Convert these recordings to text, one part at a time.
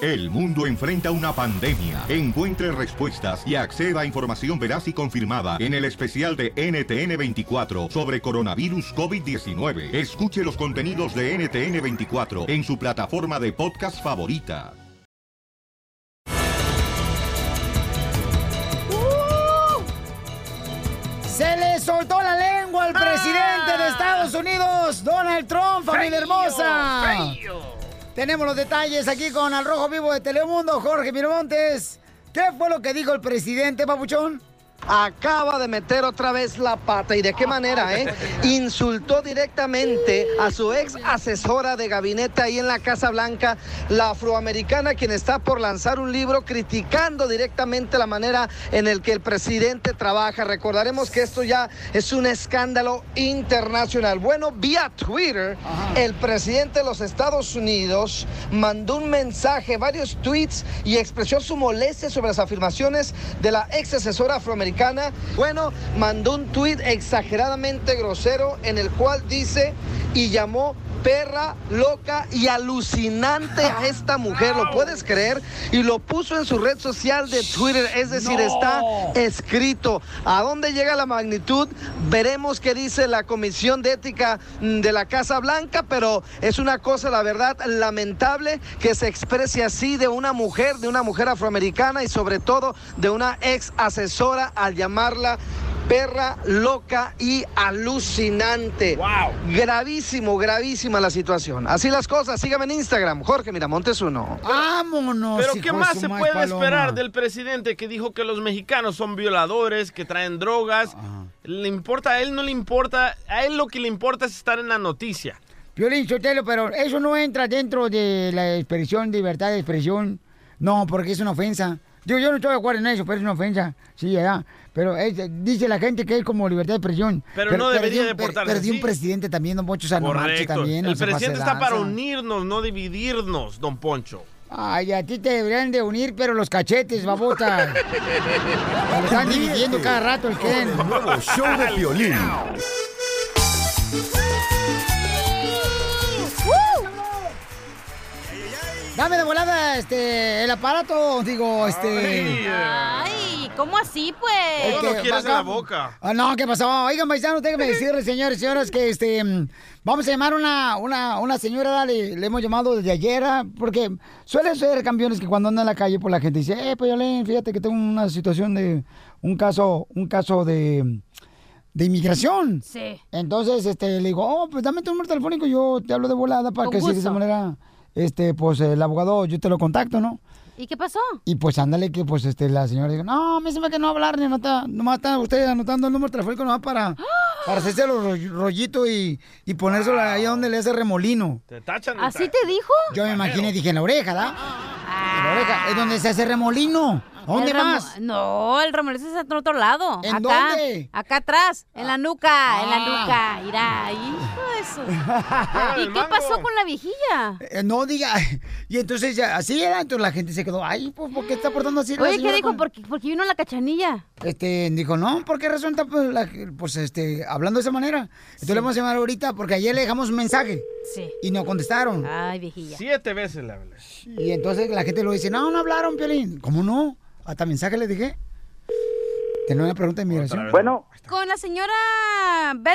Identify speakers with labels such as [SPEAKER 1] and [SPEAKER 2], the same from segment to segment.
[SPEAKER 1] El mundo enfrenta una pandemia. Encuentre respuestas y acceda a información veraz y confirmada en el especial de NTN24 sobre coronavirus COVID-19. Escuche los contenidos de NTN24 en su plataforma de podcast favorita.
[SPEAKER 2] Se le soltó la lengua al presidente
[SPEAKER 3] Ah.
[SPEAKER 2] de Estados Unidos, Donald Trump, familia hermosa. Tenemos los detalles aquí con Al Rojo Vivo de Telemundo, Jorge Miramontes. ¿Qué fue lo que dijo el presidente, papuchón?
[SPEAKER 4] acaba de meter otra vez la pata y de qué manera, ¿eh? Insultó directamente a su ex asesora de gabinete ahí en la Casa Blanca, la afroamericana, quien está por lanzar un libro criticando directamente la manera en el que el presidente trabaja. Recordaremos que esto ya es un escándalo internacional. Bueno, vía Twitter, el presidente de los Estados Unidos mandó un mensaje, varios tweets y expresó su molestia sobre las afirmaciones de la ex asesora afroamericana bueno, mandó un tuit exageradamente grosero en el cual dice y llamó perra, loca y alucinante a esta mujer, ¿lo puedes creer? Y lo puso en su red social de Twitter, es decir, está escrito. ¿A dónde llega la magnitud? Veremos qué dice la Comisión de Ética mm, de la Casa Blanca, pero es una cosa, la verdad, lamentable que se exprese así de una mujer, de una mujer afroamericana y sobre todo de una ex asesora al llamarla perra loca y alucinante. Gravísimo, gravísima la situación. Así las cosas. Sígame en Instagram, Jorge Miramontes uno.
[SPEAKER 2] Vámonos.
[SPEAKER 3] Pero
[SPEAKER 4] hijo
[SPEAKER 3] ¿qué
[SPEAKER 4] de
[SPEAKER 3] más
[SPEAKER 4] su
[SPEAKER 3] se
[SPEAKER 4] Mike
[SPEAKER 3] puede
[SPEAKER 4] Paloma.
[SPEAKER 3] esperar del presidente que dijo que los mexicanos son violadores, que traen drogas?
[SPEAKER 2] Ah,
[SPEAKER 3] Le importa, a él no le importa, a él lo que le importa es estar en la noticia.
[SPEAKER 2] Violín Sotelo, pero eso no entra dentro de la expresión, libertad de expresión. No, porque es una ofensa. Yo, yo no estoy de acuerdo en eso, pero es una ofensa. Sí, ya. Pero es- dice la gente que es como libertad de expresión.
[SPEAKER 3] Pero no debería
[SPEAKER 2] de
[SPEAKER 3] de portarse
[SPEAKER 2] Perdí un
[SPEAKER 3] así.
[SPEAKER 2] presidente también, don Poncho, o sea, Ah, no marche
[SPEAKER 3] Correcto.
[SPEAKER 2] también. no
[SPEAKER 3] el
[SPEAKER 2] se pase
[SPEAKER 3] presidente
[SPEAKER 2] de
[SPEAKER 3] está para
[SPEAKER 2] lanza.
[SPEAKER 3] unirnos, no dividirnos, don Poncho.
[SPEAKER 2] Ay, a ti te deberían de unir, pero los cachetes, babota. Lo están dividiendo cada rato el Ken.
[SPEAKER 5] Nuevo show de violín.
[SPEAKER 2] ¡Woo! Dame de volada este el aparato, digo, este.
[SPEAKER 6] Ay, ¿cómo así, pues?
[SPEAKER 2] el que va acá. Ah, no, ¿qué pasó? Oigan, paisano, déjenme decirles, señores y señoras, que este mm, vamos a llamar a una, una, una señora, le, le hemos llamado desde ayer, ah, porque suele ser campeones que cuando anda en la calle, pues la gente dice, eh, Payolín, fíjate que tengo una situación de, un caso, un caso de, de inmigración.
[SPEAKER 6] Sí.
[SPEAKER 2] Entonces, este, le digo, oh, pues dame tu número telefónico, yo te hablo de volada para
[SPEAKER 6] Con
[SPEAKER 2] que si de
[SPEAKER 6] gusto.
[SPEAKER 2] esa manera, este, pues el abogado, yo te lo contacto, ¿no?
[SPEAKER 6] ¿Y qué pasó?
[SPEAKER 2] Y pues ándale que pues este la señora dijo, no, me sirve que no hablar, ni nota, nomás está usted anotando el número telefónico nomás para, para hacerse los roll- rollitos y, y ponérselo ahí donde le hace remolino.
[SPEAKER 3] Te tachan.
[SPEAKER 2] ¿Así te dijo? Yo me imaginé, dije, en la oreja, ¿da? En la oreja, es donde se hace remolino. ¿A ¿Dónde
[SPEAKER 6] El remo-
[SPEAKER 2] más?
[SPEAKER 6] No, el remolino es en otro lado.
[SPEAKER 2] ¿En
[SPEAKER 6] acá,
[SPEAKER 2] dónde? Ah.
[SPEAKER 6] Acá atrás, en la nuca, en la nuca. Irá, hijo de su- ¿Y qué pasó con la viejilla?
[SPEAKER 2] Eh, No diga. Y entonces ya, así era, entonces la gente se quedó, ay, pues, ¿por qué está portando así? la
[SPEAKER 6] Oye, ¿qué
[SPEAKER 2] señora
[SPEAKER 6] dijo?
[SPEAKER 2] con-?"
[SPEAKER 6] ¿Por qué, por qué vino la cachanilla?
[SPEAKER 2] Este, dijo, no, porque resulta, pues, la- pues, este, hablando de esa manera. Entonces le vamos a llamar ahorita, porque ayer le dejamos un mensaje.
[SPEAKER 6] Sí. Ah.
[SPEAKER 2] Y no contestaron.
[SPEAKER 6] Ay, viejilla.
[SPEAKER 3] Siete veces le hablé.
[SPEAKER 2] Y entonces la gente lo dice, no, no hablaron, Piolín. ¿Cómo no? Hasta mensaje le dije. Tenía una pregunta de migración.
[SPEAKER 7] Bueno.
[SPEAKER 6] Con la señora... Ber-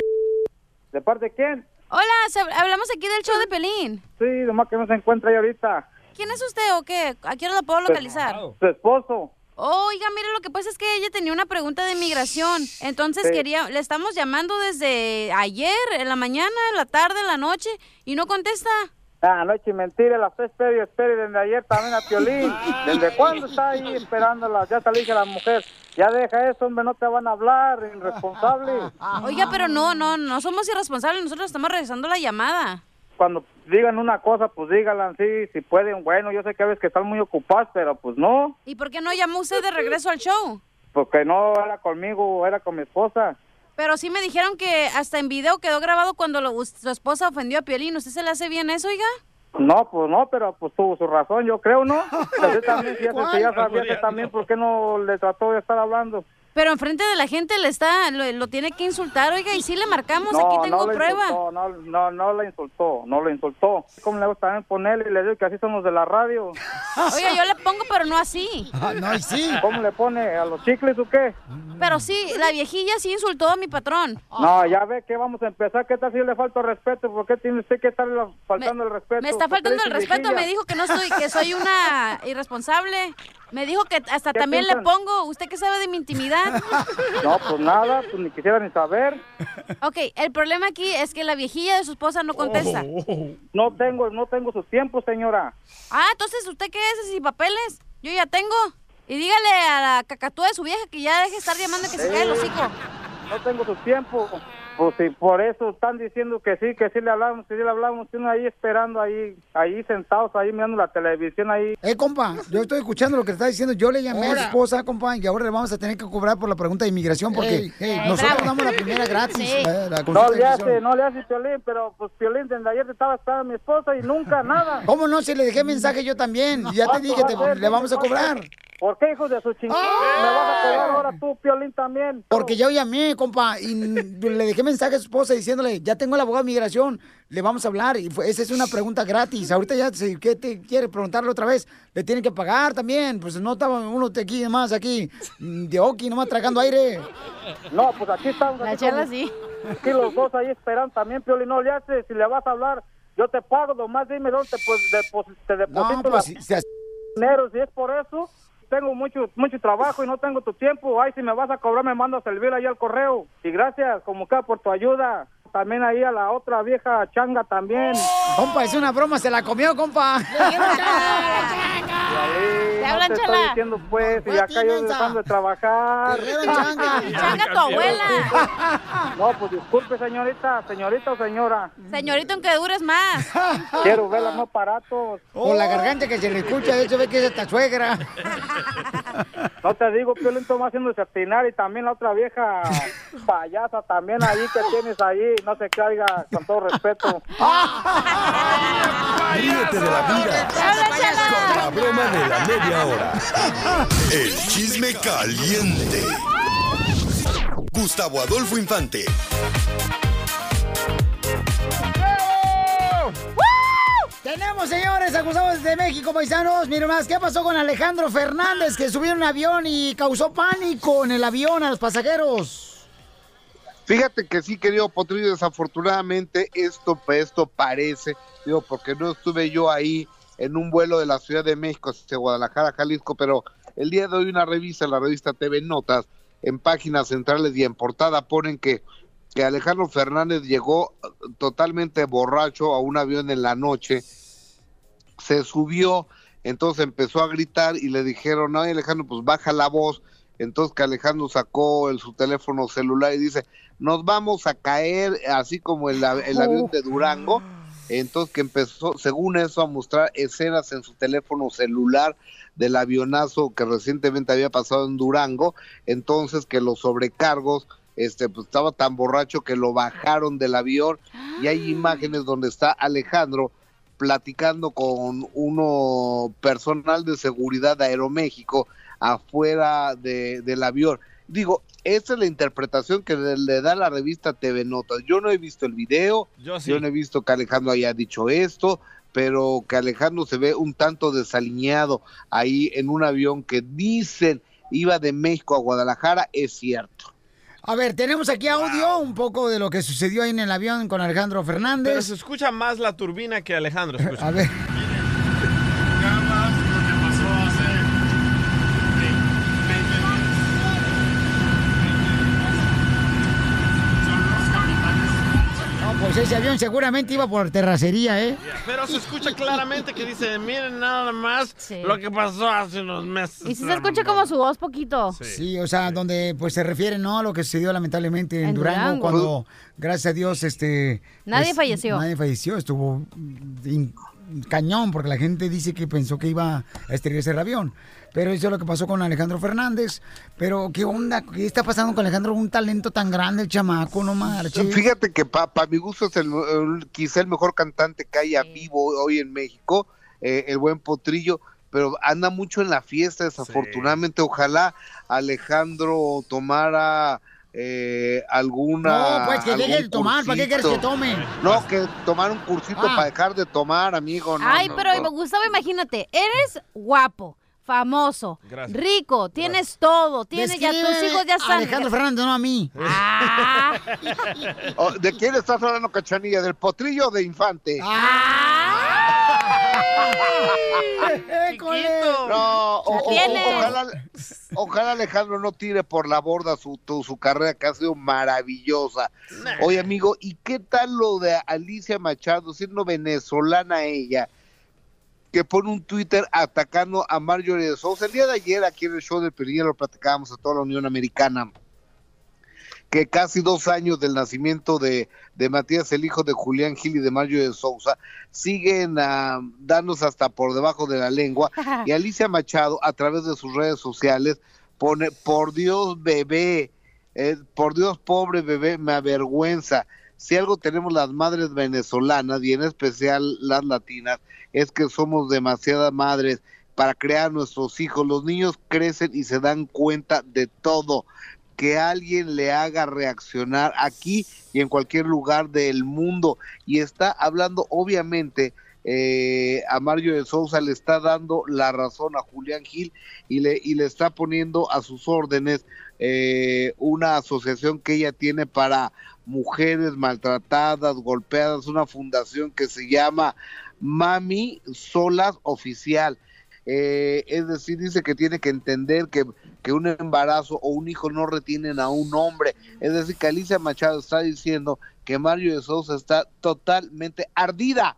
[SPEAKER 7] ¿De parte de quién?
[SPEAKER 6] Hola, sab- hablamos aquí del show de Pelín.
[SPEAKER 7] Sí, nomás que no se encuentra ahí ahorita.
[SPEAKER 6] ¿Quién es usted o qué? ¿A quién la puedo localizar?
[SPEAKER 7] Su esposo.
[SPEAKER 6] Oiga, mire, lo que pasa es que ella tenía una pregunta de migración. Entonces
[SPEAKER 7] Sí.
[SPEAKER 6] quería, le estamos llamando desde ayer, en la mañana, en la tarde, en la noche, y no contesta.
[SPEAKER 7] Ah, noche mentira, la estoy espere y espere desde ayer también a Piolín. ¿Desde cuándo está ahí esperándola? Ya te le dije a la mujer, ya deja eso, hombre, no te van a hablar, irresponsable.
[SPEAKER 6] Oiga, pero no, no, no somos irresponsables, nosotros estamos regresando la llamada.
[SPEAKER 7] Cuando digan una cosa, pues díganla, sí, si pueden. Bueno, yo sé que a veces que están muy ocupados, pero pues no,
[SPEAKER 6] ¿Y por qué no llamó usted de regreso al show?
[SPEAKER 7] porque no era conmigo, era con mi esposa.
[SPEAKER 6] Pero sí me dijeron que hasta en video quedó grabado cuando lo- us- su esposa ofendió a Piolín. ¿Usted se le hace bien eso, oiga?
[SPEAKER 7] No, pues no, pero pues tuvo su razón, yo creo, ¿no? Pero Usted también, si ya, se- si ya sabía que también, ¿por qué no le trató de estar hablando?
[SPEAKER 6] Pero enfrente de la gente le está, lo, lo tiene que insultar, oiga, y sí le marcamos, aquí tengo
[SPEAKER 7] lo
[SPEAKER 6] prueba.
[SPEAKER 7] Insultó, no, no, no la insultó, no lo insultó. Como le gusta también ponerle y le digo que así somos de la radio.
[SPEAKER 6] Oiga, yo le pongo, pero no así.
[SPEAKER 2] Ah, no, sí.
[SPEAKER 7] ¿Cómo le pone? ¿A los chicles o qué?
[SPEAKER 6] Pero sí, la viejilla sí insultó a mi patrón.
[SPEAKER 7] No, ya ve que vamos a empezar. ¿Qué tal si yo le falto respeto? ¿Por qué tiene usted que estarle faltando el respeto?
[SPEAKER 6] Me está
[SPEAKER 7] ¿Por qué
[SPEAKER 6] faltando
[SPEAKER 7] dice
[SPEAKER 6] el respeto,
[SPEAKER 7] viejilla?
[SPEAKER 6] me dijo que no soy, que soy una irresponsable. Me dijo que hasta
[SPEAKER 7] ¿Qué
[SPEAKER 6] también le
[SPEAKER 7] piensan?
[SPEAKER 6] pongo, ¿usted qué sabe de mi intimidad?
[SPEAKER 7] No, pues nada, pues ni quisiera ni saber.
[SPEAKER 6] Ok, el problema aquí es que la viejilla de su esposa no contesta.
[SPEAKER 7] No tengo, no tengo su tiempo, señora.
[SPEAKER 6] Ah, entonces, ¿usted qué es? ¿Sin papeles? Yo ya tengo. Y dígale a la cacatúa de su vieja que ya deje de estar llamando que se cae el hocico.
[SPEAKER 7] No tengo su tiempo. Pues sí, por eso están diciendo que sí, que sí le hablamos, que sí le hablamos. Tienen ahí esperando, ahí, ahí sentados, ahí mirando la televisión, ahí.
[SPEAKER 2] Eh, compa, yo estoy escuchando lo que está diciendo. Yo le llamé a su esposa, compa, y ahora le vamos a tener que cobrar por la pregunta de inmigración porque
[SPEAKER 7] Ey, ey,
[SPEAKER 2] nosotros
[SPEAKER 7] bravo.
[SPEAKER 2] damos la primera gratis.
[SPEAKER 7] Sí.
[SPEAKER 2] eh, la consulta
[SPEAKER 7] No
[SPEAKER 2] de
[SPEAKER 7] le hace,
[SPEAKER 2] inmigración.
[SPEAKER 7] no le hace Piolín, pero pues Piolín desde ayer te estaba esperando a mi esposa y nunca nada.
[SPEAKER 2] ¿Cómo no? Si le dejé mensaje yo también. Ya te dije, te- le vamos a cobrar. ¡Ah!
[SPEAKER 7] ¿Por qué, hijo de su chingada? Me vas a cobrar ahora tú, Piolín, también.
[SPEAKER 2] Porque yo llamé, compa, y n- le dejé mensaje a su esposa diciéndole, ya tengo el abogado de migración, le vamos a hablar. Y fue- esa es una pregunta gratis. Ahorita ya, si- ¿qué te quiere preguntarle otra vez? Le tienen que pagar también. Pues no estaba uno de aquí más, aquí, mm, de Oki, nomás tragando aire.
[SPEAKER 7] No, pues aquí estamos.
[SPEAKER 2] La
[SPEAKER 7] aquí
[SPEAKER 2] chela
[SPEAKER 7] como-
[SPEAKER 6] sí.
[SPEAKER 7] Aquí los dos ahí esperan también, Piolín. No le hace, si le vas a hablar, yo te pago, nomás dime dónde te, pues, depos- te deposito
[SPEAKER 2] No, pues,
[SPEAKER 7] las-
[SPEAKER 2] si- si as-
[SPEAKER 7] dinero, si es por eso, tengo mucho mucho trabajo y no tengo tu tiempo. Ay, si me vas a cobrar, me mandas el bill ahí al correo. Y gracias, como que por tu ayuda. También ahí a la otra vieja changa también.
[SPEAKER 6] Oh,
[SPEAKER 2] Compa, es una broma, se la comió, compa.
[SPEAKER 7] Piolín,
[SPEAKER 2] Te
[SPEAKER 7] no
[SPEAKER 2] hablan,
[SPEAKER 7] te estoy
[SPEAKER 2] chala.
[SPEAKER 7] diciendo, pues, y acá yo dejando de trabajar.
[SPEAKER 2] changa.
[SPEAKER 6] Changa tu abuela.
[SPEAKER 7] No, pues disculpe, señorita, señorita o señora.
[SPEAKER 6] Señorito, aunque dures más.
[SPEAKER 7] Quiero verla más baratos.
[SPEAKER 2] Por la garganta que se le escucha, de hecho ve que es esta suegra.
[SPEAKER 7] No te digo, Piolín Tomás haciéndose atinar y también la otra vieja payasa también ahí que tienes ahí, no se caiga, con todo respeto.
[SPEAKER 2] Ah,
[SPEAKER 5] Ríete de la vida con la broma de la media hora.
[SPEAKER 8] El chisme caliente. Gustavo Adolfo Infante.
[SPEAKER 2] Tenemos, señores, acusados de México, paisanos. Miren más, ¿qué pasó con Alejandro Fernández que subió en un avión y causó pánico en el avión a los pasajeros?
[SPEAKER 9] Fíjate que sí, querido Potrillo, desafortunadamente esto, pues, esto parece, digo, porque no estuve yo ahí en un vuelo de la Ciudad de México hacia Guadalajara, Jalisco, pero el día de hoy una revista, la revista TV Notas, en páginas centrales y en portada ponen que, que Alejandro Fernández llegó eh, totalmente borracho a un avión en la noche se subió, entonces empezó a gritar y le dijeron, ay Alejandro, pues baja la voz. Entonces que Alejandro sacó el, su teléfono celular y dice, nos vamos a caer, así como el, av- el avión de Durango. Entonces que empezó, según eso, a mostrar escenas en su teléfono celular del avionazo que recientemente había pasado en Durango. Entonces que los sobrecargos, este, pues estaba tan borracho que lo bajaron del avión. Y hay imágenes donde está Alejandro platicando con uno personal de seguridad de Aeroméxico afuera de- del avión. Digo, esta es la interpretación que le, le da la revista TV Notas. Yo no he visto el video,
[SPEAKER 3] Yo sí.
[SPEAKER 9] no he visto que Alejandro haya dicho esto, pero que Alejandro se ve un tanto desaliñado ahí en un avión que dicen iba de México a Guadalajara, es cierto.
[SPEAKER 2] A ver, tenemos aquí audio, un poco de lo que sucedió ahí en el avión con Alejandro
[SPEAKER 3] Pero
[SPEAKER 2] Fernández.
[SPEAKER 3] se escucha más la turbina que Alejandro. Escucha.
[SPEAKER 2] A ver. No, pues ese avión seguramente iba por terracería, ¿eh?
[SPEAKER 3] Pero se escucha claramente que dice, miren nada más lo que pasó hace unos meses.
[SPEAKER 6] Y si se escucha como su voz poquito.
[SPEAKER 2] Sí, o sea, donde pues se refiere no a lo que sucedió lamentablemente en,
[SPEAKER 6] En
[SPEAKER 2] Durango,
[SPEAKER 6] Durango.
[SPEAKER 2] cuando gracias a Dios este
[SPEAKER 6] Nadie falleció.
[SPEAKER 2] Nadie falleció, estuvo mm, in- cañón porque la gente dice que pensó que iba a estrellarse el avión. Pero eso es lo que pasó con Alejandro Fernández. Pero qué onda, qué está pasando con Alejandro, un talento tan grande el chamaco, no marches.
[SPEAKER 9] Fíjate que para mi gusto es el, el- quizá el mejor cantante que haya vivo hoy en México, eh, el buen Potrillo, pero anda mucho en la fiesta, desafortunadamente. Ojalá Alejandro tomara eh, alguna.
[SPEAKER 2] No, pues que deje
[SPEAKER 9] algún
[SPEAKER 2] de tomar, ¿para qué quieres
[SPEAKER 9] cursito.
[SPEAKER 2] que tome?
[SPEAKER 9] No, que tomar un cursito
[SPEAKER 6] Ah.
[SPEAKER 9] para dejar de tomar, amigo. no,
[SPEAKER 6] Ay,
[SPEAKER 9] no,
[SPEAKER 6] pero
[SPEAKER 9] no.
[SPEAKER 6] Gustavo, imagínate, eres guapo, famoso,
[SPEAKER 9] Gracias.
[SPEAKER 6] rico, tienes todo, tienes ya tus
[SPEAKER 2] Descríbeme
[SPEAKER 6] hijos ya
[SPEAKER 2] a
[SPEAKER 6] Ah. están.
[SPEAKER 2] Alejandro Fernández, no a mí.
[SPEAKER 9] Oh, ¿De quién estás hablando, Cachanilla? ¿Del potrillo o de infante?
[SPEAKER 2] Ah,
[SPEAKER 9] No, o- o- o-
[SPEAKER 5] tienes.
[SPEAKER 9] ojalá, ojalá Alejandro no tire por la borda su, tu- su carrera que ha sido maravillosa.
[SPEAKER 5] Nah.
[SPEAKER 9] Oye, amigo, ¿y qué tal lo de Alicia Machado, siendo venezolana ella, que pone un Twitter atacando a Marjorie de Sousa? El día de ayer aquí en el show del Pelín lo platicábamos a toda la Unión Americana que casi dos años del nacimiento de, de Matías, el hijo de Julián Gil y de Mario de Sousa, siguen ah, dándose hasta por debajo de la lengua. Y Alicia Machado, a través de sus redes sociales, pone, por Dios bebé, eh, por Dios pobre bebé, me avergüenza. Si algo tenemos las madres venezolanas y en especial las latinas, es que somos demasiadas madres para crear nuestros hijos. Los niños crecen y se dan cuenta de todo que alguien le haga reaccionar aquí y en cualquier lugar del mundo. Y está hablando, obviamente, eh, a Mario de Sousa le está dando la razón a Julián Gil y le, y le está poniendo a sus órdenes eh, una asociación que ella tiene para mujeres maltratadas, golpeadas, una fundación que se llama Mami Solas Oficial. Eh, es decir, dice que tiene que entender que, que un embarazo o un hijo no retienen a un hombre. Es decir, que Alicia Machado está diciendo que Mario de Sousa está totalmente ardida,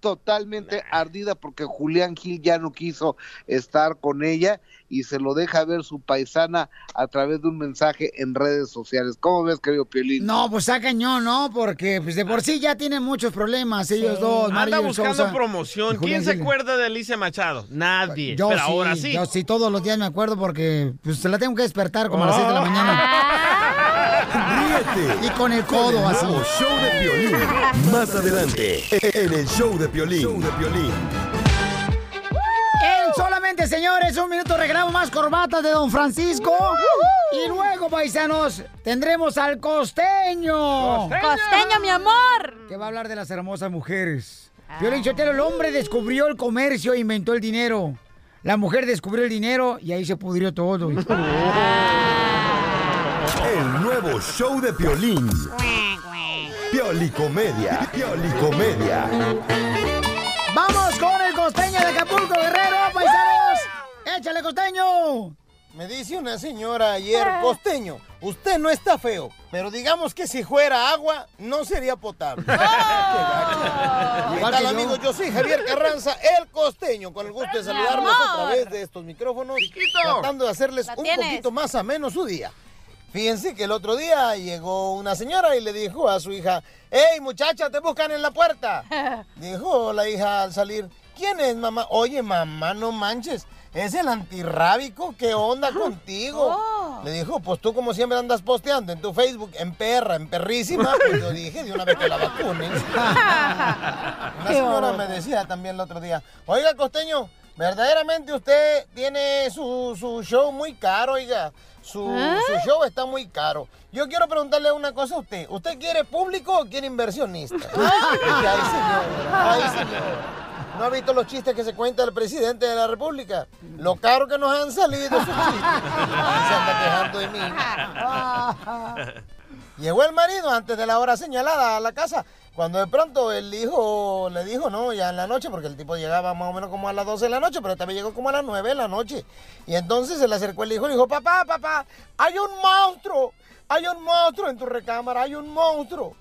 [SPEAKER 9] totalmente ardida porque Julián Gil ya no quiso estar con ella y se lo deja ver su paisana a través de un mensaje en redes sociales. ¿Cómo ves, querido Piolín?
[SPEAKER 2] No, pues está cañón, ¿no? Porque pues, de por sí ya tienen muchos problemas ellos dos. Mario
[SPEAKER 3] Anda
[SPEAKER 2] y
[SPEAKER 3] buscando
[SPEAKER 2] Sousa.
[SPEAKER 3] promoción.
[SPEAKER 2] Julián
[SPEAKER 3] ¿Quién se
[SPEAKER 2] Gil.
[SPEAKER 3] acuerda de Alicia Machado? Nadie.
[SPEAKER 2] Yo
[SPEAKER 3] Pero
[SPEAKER 2] sí,
[SPEAKER 3] ahora sí.
[SPEAKER 2] Yo sí, todos los días me acuerdo porque pues, la tengo que despertar como a las 6
[SPEAKER 3] Oh.
[SPEAKER 2] de la mañana.
[SPEAKER 5] Ríete.
[SPEAKER 2] Y con el
[SPEAKER 5] Con
[SPEAKER 2] codo
[SPEAKER 5] el
[SPEAKER 2] así.
[SPEAKER 5] nuevo show de Piolín. Más adelante, en el show de Piolín.
[SPEAKER 2] En solamente, señores, un minuto regalamos más corbatas de Don Francisco. Y luego, paisanos, tendremos al costeño.
[SPEAKER 6] Costeño. Costeño, mi amor.
[SPEAKER 2] Que va a hablar de las hermosas mujeres. Violín Sotelo, el hombre descubrió el comercio e inventó el dinero. La mujer descubrió el dinero y ahí se pudrió todo.
[SPEAKER 5] El nuevo show de Piolín. Piolicomedia. Piolicomedia.
[SPEAKER 2] Vamos con el costeño de Acapulco, Guerrero, paisanos. Échale, costeño. Ah.
[SPEAKER 10] Me dice una señora ayer, costeño, usted no está feo, pero digamos que si fuera agua, no sería potable. Qué
[SPEAKER 2] Ah.
[SPEAKER 10] gacho. ¿Qué
[SPEAKER 5] Igual
[SPEAKER 10] tal,
[SPEAKER 5] que yo.
[SPEAKER 10] amigos? Yo soy Javier Carranza, el costeño, con el gusto de saludarlos
[SPEAKER 5] amor.
[SPEAKER 10] a través de estos micrófonos, tratando de hacerles
[SPEAKER 5] La
[SPEAKER 10] un
[SPEAKER 5] tienes.
[SPEAKER 10] poquito más ameno su día. Fíjense que el otro día llegó una señora y le dijo a su hija, ¡Ey, muchacha, te buscan en la puerta! Dijo la hija al salir, ¿quién es mamá? Oye, mamá, no manches, es el antirrábico, ¿qué onda contigo?
[SPEAKER 5] Oh.
[SPEAKER 10] Le dijo, pues tú como siempre andas posteando en tu Facebook, en perra, en perrísima, pues yo dije, de una vez que la vacunen. Una
[SPEAKER 5] Qué
[SPEAKER 10] señora
[SPEAKER 5] bárbaro.
[SPEAKER 10] me decía también el otro día, oiga, costeño, verdaderamente usted tiene su, su show muy caro, oiga. Su,
[SPEAKER 5] ¿Ah?
[SPEAKER 10] su show está muy caro. Yo quiero preguntarle una cosa a usted. ¿Usted quiere público o quiere inversionista? Ay, ay, señora, ay, señora. ¿No ha visto los chistes que se cuenta el presidente de la República? Lo caro que nos han salido esos chistes. Ay, se anda quejando de mí. Llegó el marido antes de la hora señalada a la casa. Cuando de pronto el hijo le dijo, no, ya en la noche, porque el tipo llegaba más o menos como a las 12 de la noche, pero también llegó como a las 9 de la noche. Y entonces se le acercó el hijo y le dijo, papá, papá, hay un monstruo, hay un monstruo en tu recámara, hay un monstruo.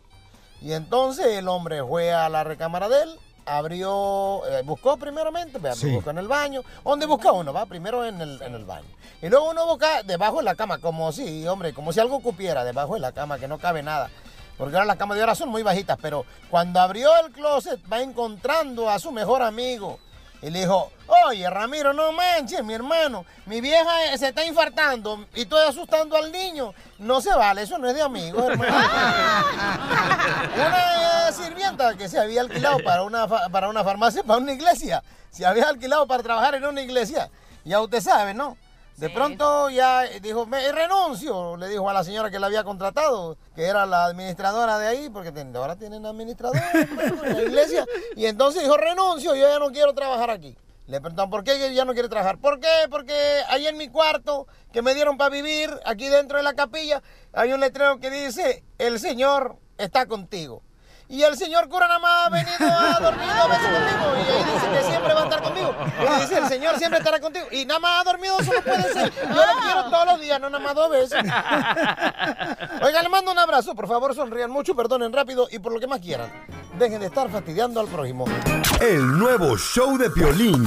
[SPEAKER 10] Y entonces el hombre fue a la recámara de él, abrió, eh, buscó primeramente, vea,
[SPEAKER 5] Sí.
[SPEAKER 10] buscó en el baño. ¿Dónde busca uno? Va primero en el, en el baño. Y luego uno busca debajo de la cama, como si, hombre, como si algo cupiera debajo de la cama, que no cabe nada. Porque ahora las camas de ahora son muy bajitas, pero cuando abrió el closet va encontrando a su mejor amigo. Y le dijo, oye, Ramiro, no manches, mi hermano, mi vieja eh, se está infartando y estoy asustando al niño. No se vale, eso no es de amigos, hermano. Una eh, sirvienta que se había alquilado para una, fa- para una farmacia, para una iglesia. Se había alquilado para trabajar en una iglesia. Ya usted sabe, ¿no? De pronto ya eh, dijo, me renuncio, le dijo a la señora que la había contratado, que era la administradora de ahí, porque ten- ahora tienen administradora hermano, en la iglesia. Y entonces dijo, renuncio, yo ya no quiero trabajar aquí. Le preguntan, ¿por qué ya no quiere trabajar? ¿Por qué? Porque ahí en mi cuarto, que me dieron para vivir, aquí dentro de la capilla, hay un letrero que dice, el Señor está contigo. Y el señor cura nada más ha venido a dormir dos veces conmigo. Y ahí dice que siempre va a estar conmigo. Y dice, el señor siempre estará contigo. Y nada más ha dormido, solo puede ser. Yo lo quiero todos los días, no nada más dos veces. Oiga, le mando un abrazo. Por favor, sonrían mucho, perdonen rápido y por lo que más quieran. Dejen de estar fastidiando al prójimo.
[SPEAKER 8] El nuevo show de Piolín.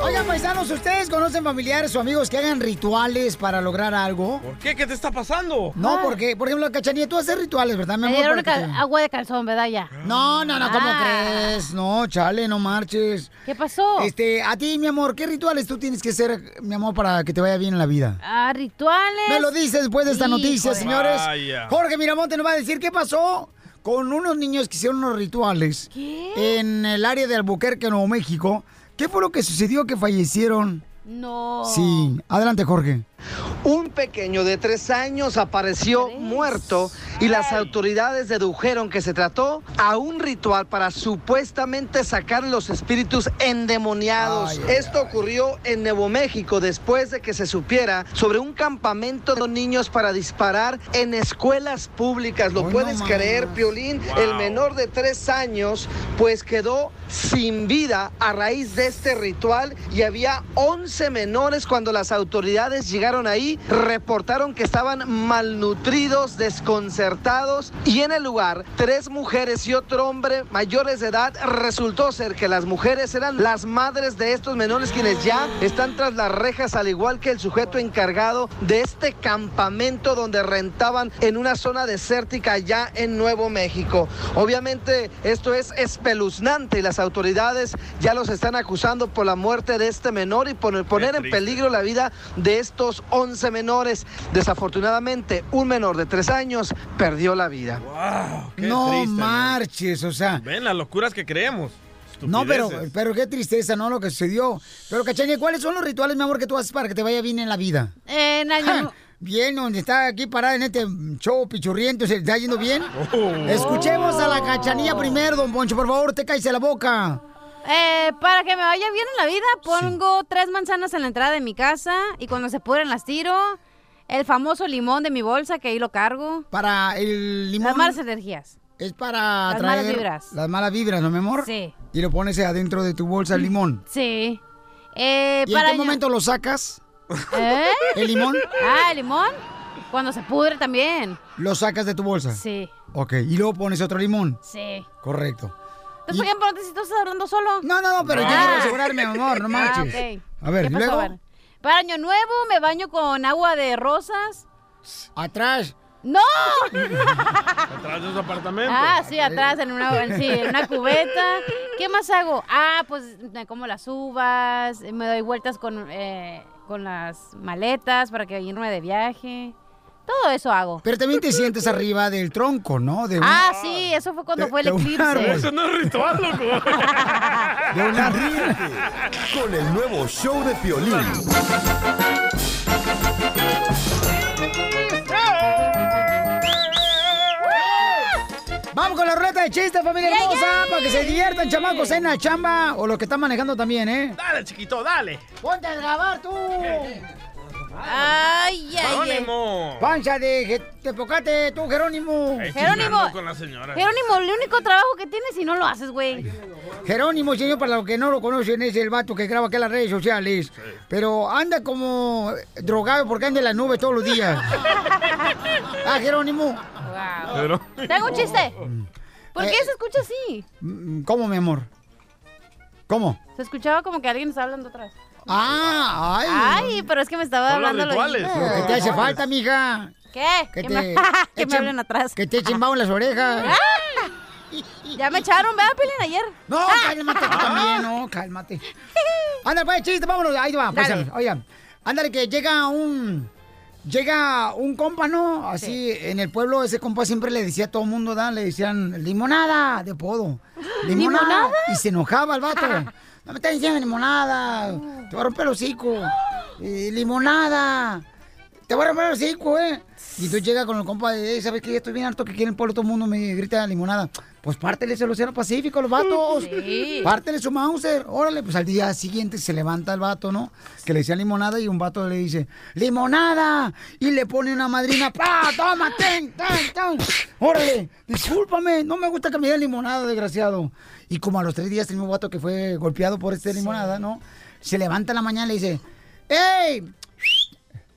[SPEAKER 2] Oigan, paisanos, ¿ustedes conocen familiares o amigos que hagan rituales para lograr algo? ¿Por
[SPEAKER 3] qué? ¿Qué te está pasando?
[SPEAKER 2] No, porque, por ejemplo, Cachanilla, tú haces rituales, ¿verdad, mi
[SPEAKER 6] Ah. Me
[SPEAKER 2] amor?
[SPEAKER 6] dieron
[SPEAKER 2] Porque-
[SPEAKER 6] cal- agua de calzón, ¿verdad? Ya.
[SPEAKER 2] No, no, no, ¿cómo
[SPEAKER 6] Ah. Oh.
[SPEAKER 2] crees? No, chale, no marches.
[SPEAKER 6] ¿Qué pasó?
[SPEAKER 2] Este, a ti, mi amor, ¿qué rituales tú tienes que hacer, mi amor, para que te vaya bien en la vida?
[SPEAKER 6] Ah, rituales.
[SPEAKER 2] Me lo dice después de esta noticia,
[SPEAKER 6] Híjole.
[SPEAKER 2] señores.
[SPEAKER 5] Vaya.
[SPEAKER 2] Jorge Miramonte nos va a decir qué pasó con unos niños que hicieron unos rituales en el área de Albuquerque, Nuevo México. ¿Qué fue lo que sucedió que fallecieron?
[SPEAKER 6] No.
[SPEAKER 2] Sí, adelante, Jorge.
[SPEAKER 4] Un pequeño de tres años apareció muerto y las autoridades dedujeron que se trató a un ritual para supuestamente sacar los espíritus endemoniados.
[SPEAKER 11] Ay, ay,
[SPEAKER 4] Esto ocurrió en Nuevo México después de que se supiera sobre un campamento de niños para disparar en escuelas públicas. ¿Lo puedes creer, Piolín? El menor de tres años pues quedó sin vida a raíz de este ritual y había 11 menores cuando las autoridades llegaron ahí, reportaron que estaban malnutridos, desconcertados y en el lugar tres mujeres y otro hombre mayores de edad resultó ser que las mujeres eran las madres de estos menores quienes ya están tras las rejas al igual que el sujeto encargado de este campamento donde rentaban en una zona desértica allá en Nuevo México. Obviamente esto es espeluznante y las autoridades ya los están acusando por la muerte de este menor y por el poner en peligro la vida de estos 11 menores. Desafortunadamente un menor de 3 años perdió la vida.
[SPEAKER 2] no
[SPEAKER 3] triste, ¿no?
[SPEAKER 2] marches, o sea.
[SPEAKER 3] Ven las locuras que creemos.
[SPEAKER 2] No, pero,
[SPEAKER 3] Estupideces.
[SPEAKER 2] pero qué tristeza, ¿no? Lo que sucedió. Pero, Cachanilla, ¿cuáles son los rituales, mi amor, que tú haces para que te vaya bien en la vida?
[SPEAKER 6] En año. nu-
[SPEAKER 2] Bien, donde está aquí parada en este show pichurriento, ¿se está yendo bien? Escuchemos a la cachanilla primero, don Poncho, por favor, te cállese la boca.
[SPEAKER 6] Eh, para que me vaya bien en la vida, pongo tres manzanas en la entrada de mi casa y cuando se pudren las tiro. El famoso limón de mi bolsa, que ahí lo cargo.
[SPEAKER 2] Para el limón.
[SPEAKER 6] Las malas energías.
[SPEAKER 2] Es para
[SPEAKER 6] Las
[SPEAKER 2] traer
[SPEAKER 6] malas vibras.
[SPEAKER 2] Las malas vibras, ¿no, mi amor?
[SPEAKER 6] Sí.
[SPEAKER 2] Y lo pones adentro de tu bolsa el limón.
[SPEAKER 6] Sí. Eh,
[SPEAKER 2] ¿Y en
[SPEAKER 6] para
[SPEAKER 2] qué
[SPEAKER 6] año-
[SPEAKER 2] momento lo sacas?
[SPEAKER 6] ¿Eh?
[SPEAKER 2] ¿El limón?
[SPEAKER 6] Ah, el limón. Cuando se pudre también.
[SPEAKER 2] Lo sacas de tu bolsa.
[SPEAKER 6] Sí.
[SPEAKER 2] Ok, y luego pones otro limón.
[SPEAKER 6] Sí.
[SPEAKER 2] Correcto.
[SPEAKER 6] Entonces, por ejemplo, antes si tú estás hablando solo. Ah.
[SPEAKER 2] No, no, no, pero yo quiero asegurarme, mi amor, no marches. A ver, ¿y luego?
[SPEAKER 6] Para año nuevo me baño con agua de rosas.
[SPEAKER 2] Atrás.
[SPEAKER 6] ¡No!
[SPEAKER 2] ¡Ah!
[SPEAKER 3] Atrás de su apartamento.
[SPEAKER 6] ah, sí, atrás, en una, en- sí, en una cubeta. ¿Qué más hago? Ah, pues me como las uvas, me doy vueltas con, eh, con las maletas para que irme de viaje. Todo eso hago.
[SPEAKER 2] Pero también te sientes arriba del tronco, ¿no? De un-
[SPEAKER 6] Ah, sí, eso fue cuando
[SPEAKER 2] de-
[SPEAKER 6] fue el
[SPEAKER 2] de un árbol.
[SPEAKER 6] eclipse.
[SPEAKER 2] Eso
[SPEAKER 3] no es ritual, loco.
[SPEAKER 2] de un árbol.
[SPEAKER 8] Ríete con el nuevo show de Piolín.
[SPEAKER 2] Vamos con la ruleta de chistes, familia
[SPEAKER 3] Yay,
[SPEAKER 2] hermosa,
[SPEAKER 3] yay.
[SPEAKER 2] para que se diviertan, chamacos, en la chamba o los que están manejando también, ¿eh?
[SPEAKER 3] Dale, chiquito, dale.
[SPEAKER 2] Ponte a grabar tú.
[SPEAKER 6] Ay, ay, ay.
[SPEAKER 3] Jerónimo.
[SPEAKER 2] Pancha de Tepocate, tú, Jerónimo.
[SPEAKER 3] Ahí
[SPEAKER 6] Jerónimo.
[SPEAKER 3] chingando con la señora.
[SPEAKER 6] Jerónimo, el único trabajo que tienes y no lo haces, güey.
[SPEAKER 2] Jerónimo, señor, para los que no lo conocen, es el vato que graba acá en las redes sociales. Pero anda como drogado porque anda en las nubes todos los días. ah, Jerónimo.
[SPEAKER 3] Pero-
[SPEAKER 6] Tengo un chiste. ¿Por
[SPEAKER 2] Eh,
[SPEAKER 6] qué se escucha así?
[SPEAKER 2] Mm, ¿Cómo, mi amor? ¿Cómo?
[SPEAKER 6] Se escuchaba como que alguien estaba hablando atrás.
[SPEAKER 2] Ah, ay.
[SPEAKER 6] Ay, pero es que me estaba
[SPEAKER 2] Son los
[SPEAKER 6] hablando lo
[SPEAKER 2] rituales,
[SPEAKER 6] oído.
[SPEAKER 2] los ¿Qué te hace rituales. falta, mija?
[SPEAKER 6] ¿Qué?
[SPEAKER 2] Que
[SPEAKER 6] Que
[SPEAKER 2] te
[SPEAKER 6] me, que me
[SPEAKER 2] echen-
[SPEAKER 6] hablen atrás.
[SPEAKER 2] Que te echen vaho en las orejas.
[SPEAKER 6] Ya me echaron, ¿verdad, Pelín, ayer? ¡Ah!
[SPEAKER 2] No, cálmate tú también, no, cálmate. Ándale, pues, chiste, vámonos, ahí va, pues,
[SPEAKER 6] Dale.
[SPEAKER 2] oigan. Ándale, que llega un... Llega un compa, ¿no? Así, en el pueblo, ese compa siempre le decía a todo el mundo, ¿da? le decían limonada de podo. Limonada.
[SPEAKER 5] ¿Limonada?
[SPEAKER 2] Y se enojaba el vato. No me estás diciendo limonada, te voy a romper el hocico. Eh, limonada, te voy a romper el hocico, ¿eh? Y tú llegas con el compa de, "Ey, ¿sabes qué? Ya estoy bien harto que quieren por todo el mundo, me grita limonada. Pues párteles el Océano Pacífico a los vatos.
[SPEAKER 5] Sí.
[SPEAKER 2] Párteles su Mauser. Órale, pues al día siguiente se levanta el vato, ¿no? Que le decía limonada y un vato le dice, ¡Limonada! Y le pone una madrina, ¡pa! ¡Toma, ten, ten, ten! Órale, discúlpame, no me gusta que me digan limonada, desgraciado. Y como a los tres días el mismo vato que fue golpeado por este limonada, ¿no? Se levanta en la mañana y le dice, ¡Ey!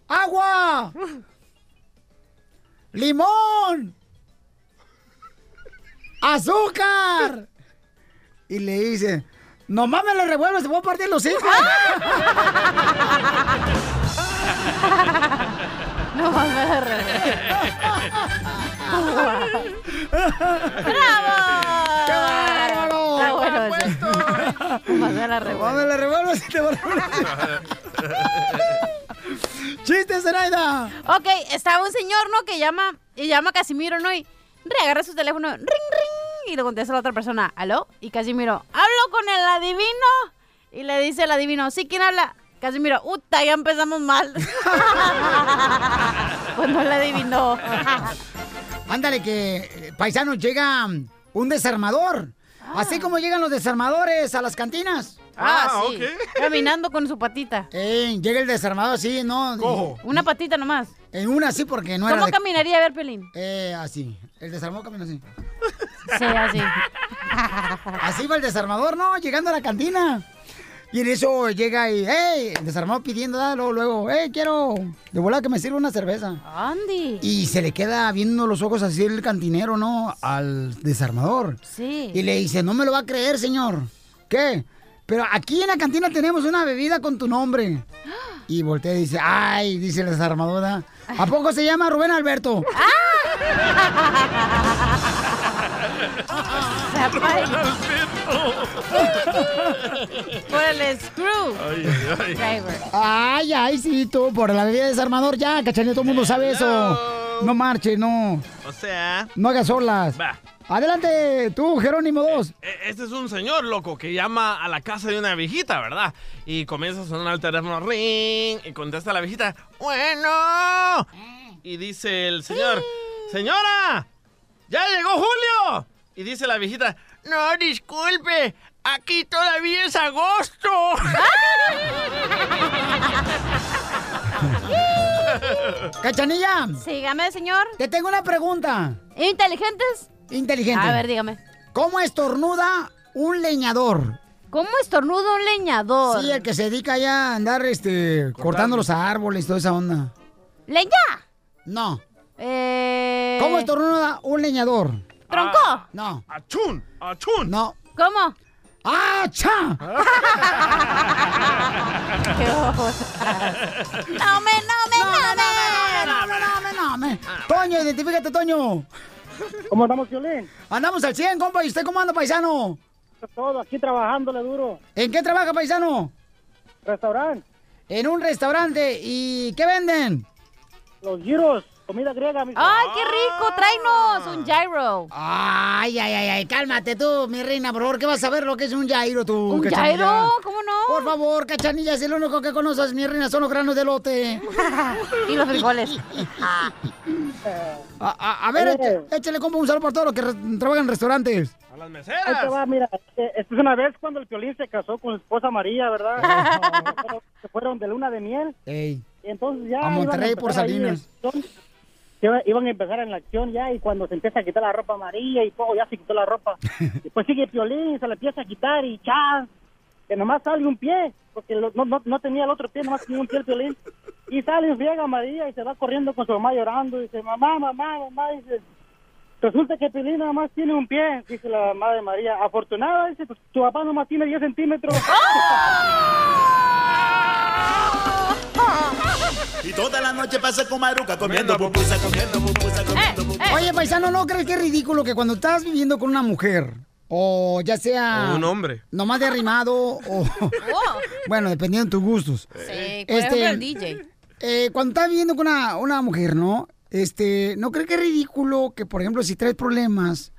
[SPEAKER 2] ¡Agua! ¡Limón! ¡Azúcar! Y le dice, nomás me lo revuelves, te voy a partir los hijos.
[SPEAKER 6] No, me lo revuelves. ¡Bravo!
[SPEAKER 2] ¡Qué bárbaro!
[SPEAKER 6] Está bueno eso. Nomás me lo
[SPEAKER 2] Nomás me lo revuelves y te voy a ¡Chiste, Zenaida!
[SPEAKER 6] Ok, estaba un señor, ¿no? Que llama, y llama a Casimiro, ¿no? Y re- agarra su teléfono, ring, ring, y le contesta a la otra persona, ¿aló? Y Casimiro, ¿hablo con el adivino? Y le dice el adivino, ¿sí quién habla? Casimiro, uta, ya empezamos mal. pues no la adivinó.
[SPEAKER 2] Ándale, que eh, paisano llega un desarmador. Así como llegan los desarmadores a las cantinas.
[SPEAKER 6] Ah, sí. Caminando con su patita.
[SPEAKER 2] llega el desarmador así, ¿no?
[SPEAKER 6] Cojo.
[SPEAKER 2] Una
[SPEAKER 6] patita nomás.
[SPEAKER 2] En una sí, porque no era
[SPEAKER 6] ¿Cómo
[SPEAKER 2] de-
[SPEAKER 6] caminaría a ver, Pelín?
[SPEAKER 2] Eh, así. El desarmador camina así.
[SPEAKER 6] Sí, así.
[SPEAKER 2] Así va el desarmador, ¿no? Llegando a la cantina. Y en eso llega y, ¡hey! El desarmador pidiendo, ¿verdad? luego, luego, ¡hey! Quiero de volada que me sirva una cerveza.
[SPEAKER 6] Andy.
[SPEAKER 2] Y se le queda viendo los ojos así el cantinero, ¿no? Al desarmador.
[SPEAKER 6] Sí.
[SPEAKER 2] Y le dice, no me lo va a creer, señor. ¿Qué? Pero aquí en la cantina tenemos una bebida con tu nombre. Y voltea y dice, ay, dice la desarmadora. ¿A poco se llama Rubén Alberto?
[SPEAKER 6] ¡Ah! Por el screw. Driver.
[SPEAKER 2] Ay, ay, sí, tú, por la bebida desarmador, ya, cachanilla, todo el mundo sabe eso. No marche, no.
[SPEAKER 3] O sea,
[SPEAKER 2] No hagas olas.
[SPEAKER 3] Va.
[SPEAKER 2] Adelante, tú, Jerónimo 2.
[SPEAKER 3] e- este es un señor, loco, que llama a la casa de una viejita, ¿verdad? Y comienza a sonar el teléfono, ring, y contesta la viejita, bueno. Y dice el señor, señora, ya llegó Julio. Y dice la viejita, no, disculpe, aquí todavía es agosto.
[SPEAKER 2] Cachanilla.
[SPEAKER 6] Sígame, señor.
[SPEAKER 2] Te tengo una pregunta.
[SPEAKER 6] ¿Inteligentes?
[SPEAKER 2] Inteligente.
[SPEAKER 6] A ver, dígame.
[SPEAKER 2] ¿Cómo estornuda un leñador?
[SPEAKER 6] ¿Cómo estornuda un leñador?
[SPEAKER 2] Sí, el que se dedica ya a andar este, cortando los árboles, toda esa onda.
[SPEAKER 6] ¡Leña!
[SPEAKER 2] No.
[SPEAKER 6] Eh...
[SPEAKER 2] ¿Cómo estornuda un leñador?
[SPEAKER 6] ¿Tronco?
[SPEAKER 2] no.
[SPEAKER 3] ¡Achún! ¡Achún!
[SPEAKER 2] No.
[SPEAKER 6] ¿Cómo?
[SPEAKER 2] ¡Acha!
[SPEAKER 3] Ah.
[SPEAKER 6] ¡No me, no me, no,
[SPEAKER 2] no, no, no, me, no, me. Toño, identifícate, Toño.
[SPEAKER 11] ¿Cómo andamos, Violín?
[SPEAKER 2] Andamos al 100, compa. ¿Y usted cómo anda, paisano?
[SPEAKER 11] Todo, aquí trabajándole duro.
[SPEAKER 2] ¿En qué trabaja, paisano?
[SPEAKER 11] Restaurante.
[SPEAKER 2] En un restaurante. ¿Y qué venden?
[SPEAKER 11] Los giros, comida griega, mi Ah.
[SPEAKER 6] ¡Ay, qué
[SPEAKER 3] Ah.
[SPEAKER 6] rico! ¡Tráenos un gyro!
[SPEAKER 2] Ay, ay, ay, ay, cálmate tú, mi reina, por favor, que vas a ver lo que es un Jairo tú.
[SPEAKER 6] ¿Un
[SPEAKER 2] Cachanilla?
[SPEAKER 6] gyro? ¿Cómo no?
[SPEAKER 2] Por favor, cachanilla, es el único que conoces, mi reina, son los granos de lote.
[SPEAKER 6] y los frijoles.
[SPEAKER 2] a, a- a ver, échale, échale, compa, un saludo para todos los que re- trabajan en restaurantes.
[SPEAKER 3] A las
[SPEAKER 11] Ahí te
[SPEAKER 3] meseras.
[SPEAKER 11] va, mira, eh, esto es una vez cuando el Piolín se casó con su esposa María,
[SPEAKER 3] Ah.
[SPEAKER 11] ¿verdad? se fueron de luna de miel.
[SPEAKER 2] Ey.
[SPEAKER 11] Y entonces ya.
[SPEAKER 2] A
[SPEAKER 11] iban
[SPEAKER 2] Monterrey por
[SPEAKER 11] empezar ahí en
[SPEAKER 2] Salinas.
[SPEAKER 11] acción. Ya Iban a empezar en la acción ya y cuando se empieza a quitar la ropa amarilla y todo, ya se quitó la ropa. Después sigue Piolín, se la empieza a quitar y ya, que nomás sale un pie, porque lo- no, no, no tenía el otro pie, nomás tenía un pie el Piolín. Y sale friega María y se va corriendo con su mamá llorando, dice, mamá, mamá, mamá, dice, resulta que Piolín nada más tiene un pie, dice la mamá de María. Afortunada, dice, pues tu papá nomás tiene 10 centímetros.
[SPEAKER 5] Y toda la
[SPEAKER 12] noche pasé con Maruca comiendo pupusa, comiendo pupusa, comiendo pupusa.
[SPEAKER 2] Eh. Oye, paisano, ¿no crees que es ridículo que cuando estás viviendo con una mujer, o ya sea...
[SPEAKER 3] O un hombre.
[SPEAKER 2] Nomás de arrimado, o... Bueno, dependiendo de tus gustos.
[SPEAKER 6] Sí, por
[SPEAKER 2] Este,
[SPEAKER 6] ejemplo, el DJ.
[SPEAKER 2] eh, cuando estás viviendo con una, una mujer, ¿no? Este, ¿no crees que es ridículo que, por ejemplo, si traes problemas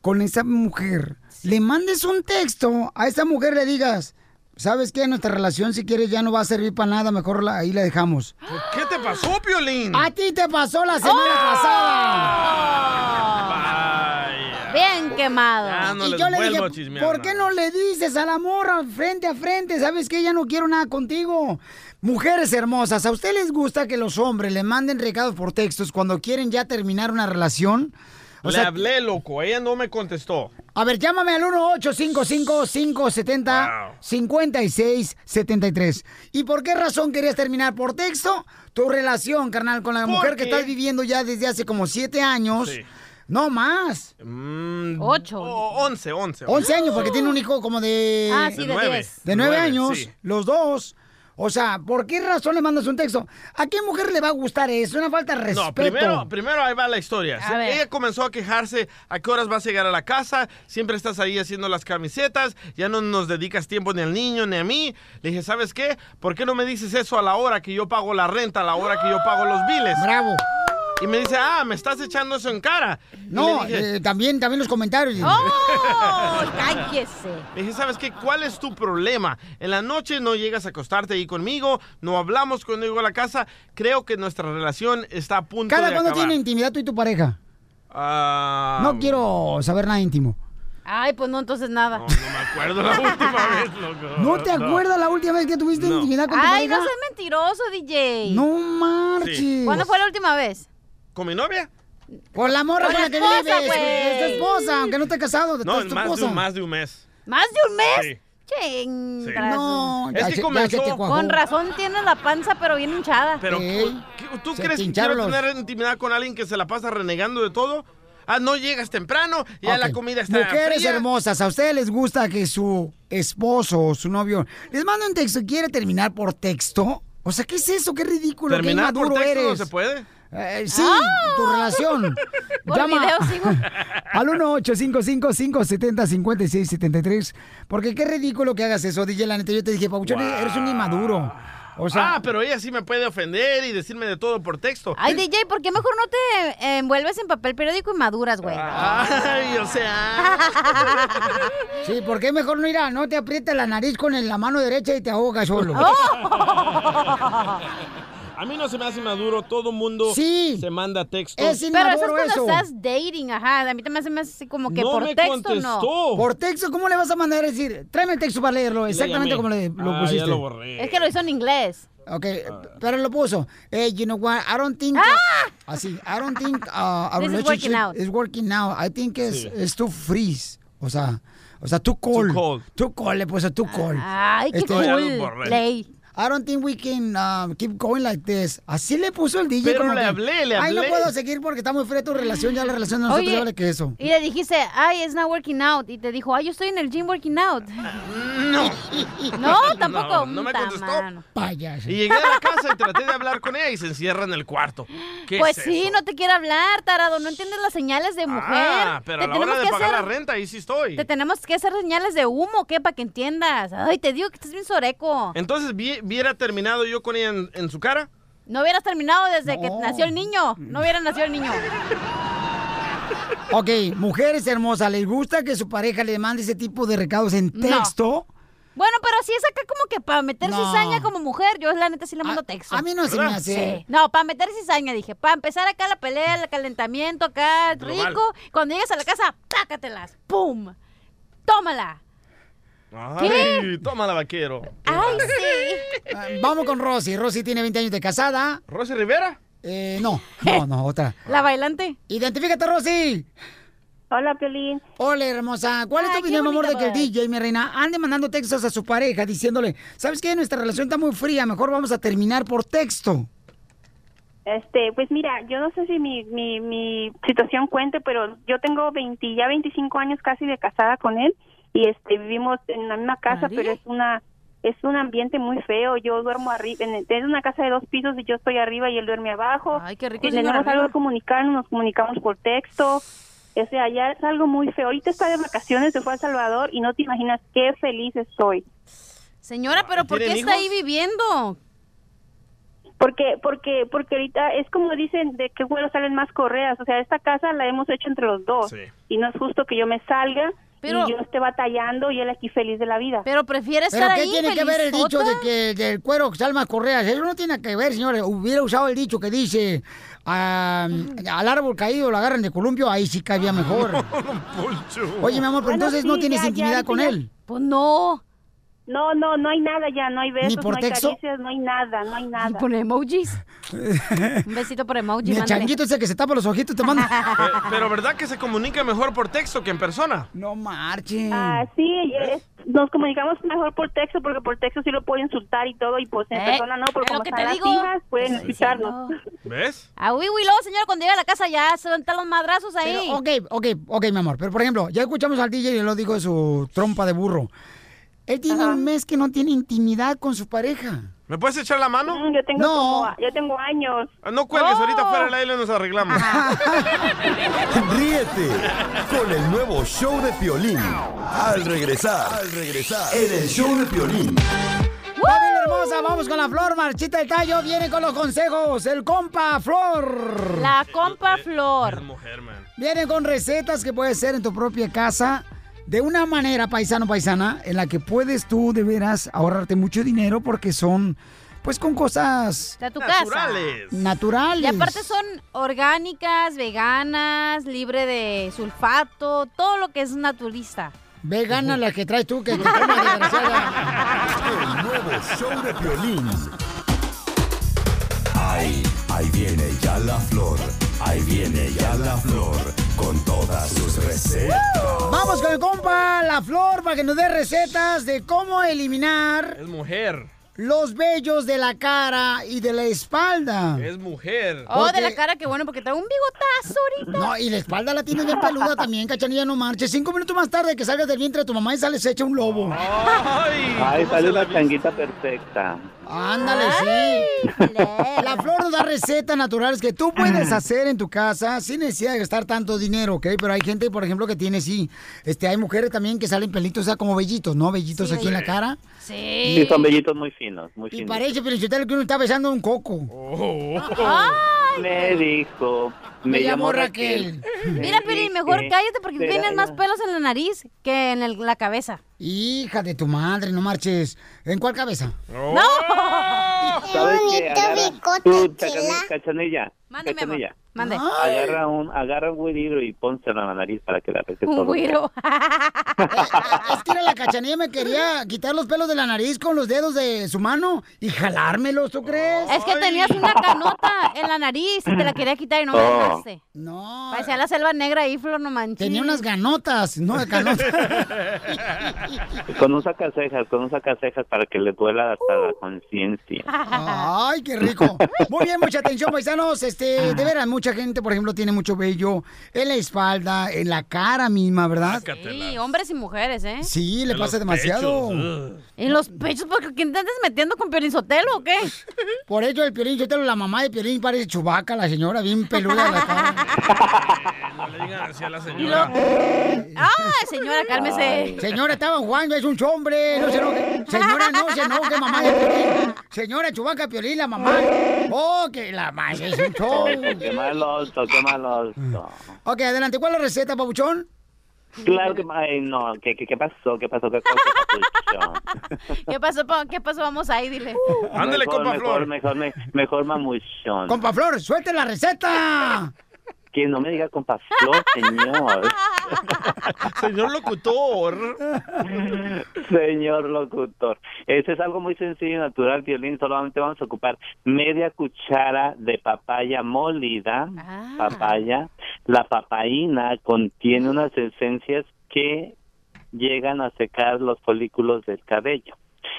[SPEAKER 2] con esa mujer, le mandes un texto a esa mujer, le digas... ¿Sabes qué? Nuestra relación, si quieres, ya no va a servir para nada. Mejor la- ahí la dejamos.
[SPEAKER 3] ¿Qué te pasó, Piolín?
[SPEAKER 2] A ti te pasó la semana
[SPEAKER 3] Ah.
[SPEAKER 2] pasada.
[SPEAKER 6] Bien quemado.
[SPEAKER 3] Ya no
[SPEAKER 2] y
[SPEAKER 3] les
[SPEAKER 2] yo le
[SPEAKER 3] vuelvo
[SPEAKER 2] dije,
[SPEAKER 3] a chismear
[SPEAKER 2] ¿por qué no le dices a la morra frente a frente? ¿Sabes qué? Ya no quiero nada contigo. Mujeres hermosas, ¿a usted les gusta que los hombres le manden recados por textos cuando quieren ya terminar una relación? O
[SPEAKER 3] Le
[SPEAKER 2] sea,
[SPEAKER 3] hablé, loco. Ella no me contestó.
[SPEAKER 2] a ver, llámame al 1-855-570-5673. ¿Y por qué razón querías terminar por texto tu relación, carnal, con la mujer que
[SPEAKER 3] qué?
[SPEAKER 2] estás viviendo ya desde hace como siete años?
[SPEAKER 3] Sí. Mm,
[SPEAKER 2] No más.
[SPEAKER 6] Ocho.
[SPEAKER 3] Once, once.
[SPEAKER 2] 11 años, porque tiene un hijo como de...
[SPEAKER 3] Ah, sí, de De nueve. diez.
[SPEAKER 2] De nueve
[SPEAKER 3] Nueve,
[SPEAKER 2] años,
[SPEAKER 3] sí.
[SPEAKER 2] los dos. O sea, ¿por qué razón le mandas un texto? ¿A qué mujer le va a gustar eso? Una falta de respeto.
[SPEAKER 3] No, primero, primero ahí va la historia.
[SPEAKER 2] A
[SPEAKER 3] Se-
[SPEAKER 2] ver.
[SPEAKER 3] Ella comenzó a quejarse a qué horas vas a llegar a la casa, siempre estás ahí haciendo las camisetas, ya no nos dedicas tiempo ni al niño ni a mí. Le dije, ¿sabes qué? ¿Por qué no me dices eso a la hora que yo pago la renta, a la hora que yo pago los biles?
[SPEAKER 2] Bravo.
[SPEAKER 3] Y me dice, ah, me estás echando eso en cara. Y
[SPEAKER 2] No,
[SPEAKER 3] le dije-
[SPEAKER 2] eh, también, también los comentarios.
[SPEAKER 3] ¡Oh!
[SPEAKER 6] ¡Cállese!
[SPEAKER 3] Le dije, ¿sabes qué? ¿Cuál es tu problema? En la noche no llegas a acostarte ahí conmigo, no hablamos cuando llego a la casa. Creo que nuestra relación está a punto
[SPEAKER 2] ¿Cada
[SPEAKER 3] de
[SPEAKER 2] cuándo
[SPEAKER 3] acabar.
[SPEAKER 2] tiene intimidad tú y tu pareja?
[SPEAKER 3] Ah,
[SPEAKER 2] No quiero saber nada íntimo.
[SPEAKER 6] Ay, pues no, entonces nada.
[SPEAKER 3] No me acuerdo la última vez, loco. Ah,
[SPEAKER 2] ¿No te acuerdas la última vez que tuviste
[SPEAKER 3] No.
[SPEAKER 2] intimidad con tu
[SPEAKER 6] Ay,
[SPEAKER 2] pareja?
[SPEAKER 6] no seas mentiroso, DJ.
[SPEAKER 2] No marches.
[SPEAKER 3] Sí.
[SPEAKER 6] ¿Cuándo fue la última vez?
[SPEAKER 3] ¿Con mi novia?
[SPEAKER 2] Por la morra
[SPEAKER 6] Con
[SPEAKER 2] con
[SPEAKER 6] la
[SPEAKER 2] la que
[SPEAKER 6] esposa,
[SPEAKER 2] vives.
[SPEAKER 6] güey.
[SPEAKER 2] Es tu esposa, aunque no esté casado,
[SPEAKER 3] No,
[SPEAKER 2] es tu
[SPEAKER 3] más de,
[SPEAKER 2] esposa.
[SPEAKER 3] un, más de un mes.
[SPEAKER 6] ¿Más de un mes?
[SPEAKER 3] Sí.
[SPEAKER 6] Ching,
[SPEAKER 3] Sí.
[SPEAKER 6] brazo.
[SPEAKER 3] No, Es ya que se- ya se comenzó- te cuajó.
[SPEAKER 6] Con razón tiene la panza, pero bien hinchada.
[SPEAKER 3] Pero, pues, ¿qué- ¿tú
[SPEAKER 6] Se
[SPEAKER 3] crees que
[SPEAKER 6] pincharon
[SPEAKER 3] quiero
[SPEAKER 6] los-
[SPEAKER 3] tener intimidad con alguien que se la pasa renegando de todo? Ah, no llegas temprano, ya la
[SPEAKER 2] Ok.
[SPEAKER 3] comida está
[SPEAKER 2] Mujeres
[SPEAKER 3] fría.
[SPEAKER 2] hermosas, ¿a ustedes les gusta que su esposo o su novio les manda un texto y quiere terminar por texto? O sea, ¿qué es eso? ¡Qué ridículo! ¡Qué
[SPEAKER 3] ¿Terminar por
[SPEAKER 2] inmaduro
[SPEAKER 3] texto
[SPEAKER 2] eres!
[SPEAKER 3] no se puede?
[SPEAKER 2] Eh, sí, tu relación.
[SPEAKER 6] Ah. Por video, sí, güey.
[SPEAKER 2] al 1-855-570-5673. Porque qué ridículo que hagas eso, DJ. La neta, yo te dije, Pauchón, eres un inmaduro. O sea,
[SPEAKER 3] ah, pero ella sí me puede ofender y decirme de todo por texto.
[SPEAKER 6] Ay, DJ, ¿por qué mejor no te eh, envuelves en papel periódico y maduras, güey?
[SPEAKER 3] Ah. Ay, o sea.
[SPEAKER 2] sí, ¿por qué mejor no ir a no te aprietas la nariz con el- la mano derecha y te ahogas solo?
[SPEAKER 3] A mí no se me hace maduro, todo mundo se manda textos.
[SPEAKER 6] Pero eso es cuando estás dating, ajá. A mí también se me hace así como que
[SPEAKER 3] No
[SPEAKER 6] por
[SPEAKER 3] me
[SPEAKER 6] texto no. Oh.
[SPEAKER 3] contestó.
[SPEAKER 2] Por texto, ¿cómo le vas a mandar a decir? Tráeme el texto para leerlo, exactamente
[SPEAKER 3] llamé.
[SPEAKER 2] como le, lo
[SPEAKER 3] Ah, ya
[SPEAKER 2] pusiste.
[SPEAKER 3] lo borré.
[SPEAKER 6] Es que lo hizo en inglés.
[SPEAKER 2] Ok, pero lo puso. Hey, you know what? I don't think. uh, Así, I don't think uh, our
[SPEAKER 6] ¡Ah! This is
[SPEAKER 2] relationship
[SPEAKER 6] working out.
[SPEAKER 2] is working out. I think it's,
[SPEAKER 6] Sí.
[SPEAKER 2] it's too freeze. O sea, o sea, too cold. Too cold. Too cold, le puse too cold.
[SPEAKER 6] Ay, qué
[SPEAKER 2] Este,
[SPEAKER 6] cool. Play.
[SPEAKER 2] I don't think we can uh, keep going like this. Así le puso el DJ.
[SPEAKER 6] Pero
[SPEAKER 2] como
[SPEAKER 6] le
[SPEAKER 2] que,
[SPEAKER 6] hablé, le
[SPEAKER 2] Ay, no
[SPEAKER 6] hablé".
[SPEAKER 2] puedo seguir porque está muy fría tu relación. Ya la relación de nosotros
[SPEAKER 6] Oye,
[SPEAKER 2] ya vale que eso.
[SPEAKER 6] Y le dijiste, ay, it's not working out. Y te dijo, ay, yo estoy en el gym working out.
[SPEAKER 3] No.
[SPEAKER 6] No, tampoco.
[SPEAKER 3] No, no me
[SPEAKER 6] Ta
[SPEAKER 3] contestó.
[SPEAKER 6] mano.
[SPEAKER 3] Y llegué a la casa y traté de hablar con ella y se encierra en el cuarto. ¿Qué
[SPEAKER 6] Pues
[SPEAKER 3] es
[SPEAKER 6] sí,
[SPEAKER 3] eso?
[SPEAKER 6] no te quiere hablar, tarado. No entiendes las señales de mujer.
[SPEAKER 3] Ah, pero
[SPEAKER 6] te
[SPEAKER 3] a la hora de pagar la renta, ahí sí estoy.
[SPEAKER 6] Te tenemos que hacer señales de humo, ¿qué? Para que entiendas. Ay, te digo que estás bien soreco.
[SPEAKER 3] Entonces, ¿vi- ¿viera terminado yo con ella en, en su cara?
[SPEAKER 6] No hubieras terminado desde que nació el niño. No hubiera nacido el niño.
[SPEAKER 2] Ok, mujeres hermosas, ¿les gusta que su pareja le mande ese tipo de recados en texto?
[SPEAKER 6] Bueno, pero si es acá como que para meter
[SPEAKER 2] No. Ah,
[SPEAKER 6] cizaña como mujer, yo la neta sí le mando texto.
[SPEAKER 2] a mí no se me ¿Verdad? hace.
[SPEAKER 6] Sí. No, para meter cizaña, dije. Para empezar acá la pelea, el calentamiento acá,
[SPEAKER 3] Global.
[SPEAKER 6] rico. Cuando llegues a la casa, tácatelas. ¡Pum! ¡Tómala!
[SPEAKER 3] Ay, tómala, vaquero.
[SPEAKER 6] ¡Ay, sí!
[SPEAKER 2] Ah, Vamos con Rosy. Rosy tiene 20 años de casada.
[SPEAKER 3] ¿Rosy Rivera?
[SPEAKER 2] Eh, no, no, no, otra.
[SPEAKER 6] La bailante.
[SPEAKER 2] Identifícate, Rosy.
[SPEAKER 13] Hola, Piolín.
[SPEAKER 2] Hola, hermosa. ¿Cuál es
[SPEAKER 13] Ay,
[SPEAKER 2] tu
[SPEAKER 13] qué
[SPEAKER 2] opinión, mi amor, de
[SPEAKER 13] bonita
[SPEAKER 2] que el
[SPEAKER 13] voz.
[SPEAKER 2] DJ, mi reina, ande mandando textos a su pareja diciéndole, ¿sabes qué? Nuestra relación está muy fría, mejor vamos a terminar por texto.
[SPEAKER 13] Este, pues mira, yo no sé si mi, mi, mi situación cuente, pero yo tengo 20, ya 25 años casi de casada con él y este vivimos en la misma casa, pero es una es un ambiente muy feo. Yo duermo arriba, en, es una casa de dos pisos y yo estoy arriba y él duerme abajo. Ay, qué
[SPEAKER 6] rico
[SPEAKER 13] Si
[SPEAKER 6] señor,
[SPEAKER 13] tenemos
[SPEAKER 6] arriba.
[SPEAKER 13] algo que comunicarnos, nos comunicamos por texto. O sea, ya es algo muy feo. Ahorita está de vacaciones, se fue a El Salvador y no te imaginas qué feliz estoy.
[SPEAKER 3] Ah,
[SPEAKER 6] Señora, pero ¿por qué
[SPEAKER 13] ¿tienen
[SPEAKER 6] está ahí
[SPEAKER 13] hijos?
[SPEAKER 6] viviendo?
[SPEAKER 13] Porque, porque, porque ahorita es como dicen de qué vuelo salen más correas. O sea, esta casa la hemos hecho entre los dos y no es justo que yo me salga
[SPEAKER 6] Pero-
[SPEAKER 13] y yo esté batallando y él aquí feliz de la vida.
[SPEAKER 6] Pero prefiere
[SPEAKER 2] ¿Pero qué tiene que ver el dicho de que del cuero que salma correas? Eso no tiene que ver, señores. Hubiera usado el dicho que dice ah, al árbol caído lo agarran de columpio, ahí sí cabía mejor. Oye, mi amor, pero entonces no tienes intimidad con él.
[SPEAKER 6] Pues no.
[SPEAKER 13] No, no, no hay nada ya, no hay besos,
[SPEAKER 2] por
[SPEAKER 13] no hay
[SPEAKER 2] texto?
[SPEAKER 13] caricias, no hay nada, no hay nada.
[SPEAKER 6] Por emojis. Un besito por emoji,
[SPEAKER 2] Ni el
[SPEAKER 6] mándale.
[SPEAKER 2] changuito ese que se tapa los ojitos te manda.
[SPEAKER 3] Pe- Pero ¿verdad que se comunica mejor por texto que en persona?
[SPEAKER 2] No marchen.
[SPEAKER 13] Ah, sí, es- nos comunicamos mejor por texto porque por texto sí lo puedo insultar y todo y pues en
[SPEAKER 6] Eh,
[SPEAKER 13] persona no,
[SPEAKER 6] es
[SPEAKER 13] porque
[SPEAKER 6] lo
[SPEAKER 13] como
[SPEAKER 6] que te
[SPEAKER 13] están las pues,
[SPEAKER 6] digo.
[SPEAKER 13] hijas pueden escucharnos.
[SPEAKER 3] ¿Ves?
[SPEAKER 6] Ah, uy, uy, luego, señor, cuando llega a la casa ya se van a estar los madrazos ahí.
[SPEAKER 2] Pero, ok, ok, ok, mi amor. Pero por ejemplo, ya escuchamos al DJ y lo digo de su trompa de burro. Él tiene un mes que no tiene intimidad con su pareja.
[SPEAKER 3] ¿Me puedes echar la mano?
[SPEAKER 13] Mm, Yo tengo,
[SPEAKER 2] No.
[SPEAKER 13] como- yo tengo años.
[SPEAKER 3] Ah, No cuelgues,
[SPEAKER 13] No.
[SPEAKER 3] ahorita fuera del aire nos arreglamos.
[SPEAKER 8] Ríete con el nuevo show de Piolín. Al regresar, al regresar, en el show de Piolín.
[SPEAKER 2] ¡Familia hermosa! Vamos con la flor, marchita del tallo. Viene con los consejos. El compa Flor.
[SPEAKER 6] La compa Flor.
[SPEAKER 2] Viene con recetas que puedes hacer en tu propia casa. De una manera, paisano, paisana, en la que puedes tú de veras ahorrarte mucho dinero porque son, pues, con cosas
[SPEAKER 6] De tu casa. Naturales.
[SPEAKER 2] Naturales.
[SPEAKER 6] Y aparte son orgánicas, veganas, libre de sulfato, todo lo que es naturista.
[SPEAKER 2] Veganas las que traes tú, que te comes, desgraciada.
[SPEAKER 8] El nuevo show de Piolín. Ahí, ahí viene ya la flor. Ahí viene ya la flor. Con todas sus recetas.
[SPEAKER 2] Vamos con el compa, la flor, para que nos dé recetas de cómo eliminar
[SPEAKER 3] Es mujer.
[SPEAKER 2] los vellos de la cara y de la espalda.
[SPEAKER 3] Es mujer.
[SPEAKER 6] Oh, de la cara, qué bueno, porque traigo un bigotazo ahorita.
[SPEAKER 2] No, y la espalda la tiene bien peluda también, cachanilla, no marches. Cinco minutos más tarde que salgas del vientre de tu mamá y sales hecha un lobo.
[SPEAKER 14] Ahí sale una changuita perfecta.
[SPEAKER 2] Ándale, sí. La flor nos da recetas naturales que tú puedes hacer en tu casa sin necesidad de gastar tanto dinero, ¿ok? Pero hay gente, por ejemplo, que tiene, sí, este, hay mujeres también que salen pelitos, o sea, como vellitos, ¿no? Vellitos
[SPEAKER 14] Sí,
[SPEAKER 2] aquí en la
[SPEAKER 14] sí.
[SPEAKER 2] cara.
[SPEAKER 14] Sí. son bellitos muy finos, muy
[SPEAKER 2] Y
[SPEAKER 14] finos.
[SPEAKER 2] parece, pero que uno está besando un coco.
[SPEAKER 13] Oh,
[SPEAKER 14] Me dijo, me, llamó Raquel.
[SPEAKER 6] Mira, Piri, mejor cállate porque
[SPEAKER 2] Será
[SPEAKER 6] tienes más
[SPEAKER 2] la-
[SPEAKER 6] pelos en la nariz que en el- la cabeza.
[SPEAKER 2] Hija de tu madre, no marches. ¿En cuál cabeza?
[SPEAKER 6] ¡No!
[SPEAKER 13] ¡Oh!
[SPEAKER 14] ¿Sabes qué? Agarra, tú, Chacan- cachanilla,
[SPEAKER 6] Mándeme,
[SPEAKER 14] cachanilla.
[SPEAKER 6] Mande.
[SPEAKER 14] Agarra un, agarra un güiro y pónselo en la nariz para que la receta
[SPEAKER 2] Un güiro. Es que era la cachanilla me quería quitar los pelos de la nariz con los dedos de su mano y jalármelos, ¿tú crees?
[SPEAKER 6] Es que tenías una canota en la nariz y te la quería quitar y no me
[SPEAKER 2] Oh.
[SPEAKER 6] dejaste.
[SPEAKER 2] No.
[SPEAKER 6] Parecía la selva negra ahí, Flor, no manches.
[SPEAKER 2] Tenía unas ganotas, no de canotas.
[SPEAKER 14] Con un sacacejas, con un sacacejas para que le duela hasta la conciencia.
[SPEAKER 2] Ay, qué rico. Muy bien, mucha atención, paisanos. Este, de veras, mucha gente, por ejemplo, tiene mucho vello en la espalda, en la cara misma, ¿verdad?
[SPEAKER 6] Sí, hombres y mujeres, ¿eh?
[SPEAKER 2] Sí, le pasa demasiado.
[SPEAKER 6] ¿En los ¿eh? pechos? ¿Por qué te andas metiendo con Piorizotelo o qué?
[SPEAKER 2] Por ello, el Piolín Sotelo, la mamá de Piolín parece chubaca, la señora, bien peluda la cara.
[SPEAKER 3] No le digan así a la señora.
[SPEAKER 6] ¡Ay, señora, Ah, cálmese!
[SPEAKER 2] Señora, estaba jugando, es un hombre, no se enoje. Señora, no se enoje, mamá de Piolín. Señora, chubaca Piolín, la mamá. Oh, que la madre es un show.
[SPEAKER 14] Oh, qué mal oso, qué mal oso.
[SPEAKER 2] Ok, adelante, ¿cuál es la receta, papuchón?
[SPEAKER 14] Claro que, ay, no, ¿qué, qué, qué pasó? ¿Qué pasó? ¿Qué cosa?
[SPEAKER 6] ¿Qué pasó? pa- ¿Qué pasó? Vamos ahí, dile.
[SPEAKER 14] Ándale, compa Flor. Mejor, me- mejor mamuchón.
[SPEAKER 2] Compa Flor, suelte la receta.
[SPEAKER 14] Que no me diga compa Flor, señor.
[SPEAKER 3] Señor locutor.
[SPEAKER 14] Señor locutor, este es algo muy sencillo y natural, violín. Solamente vamos a ocupar media cuchara de papaya molida.
[SPEAKER 6] Ah.
[SPEAKER 2] Ah.
[SPEAKER 14] Papaya. La papaína contiene unas esencias que llegan a secar los folículos del cabello.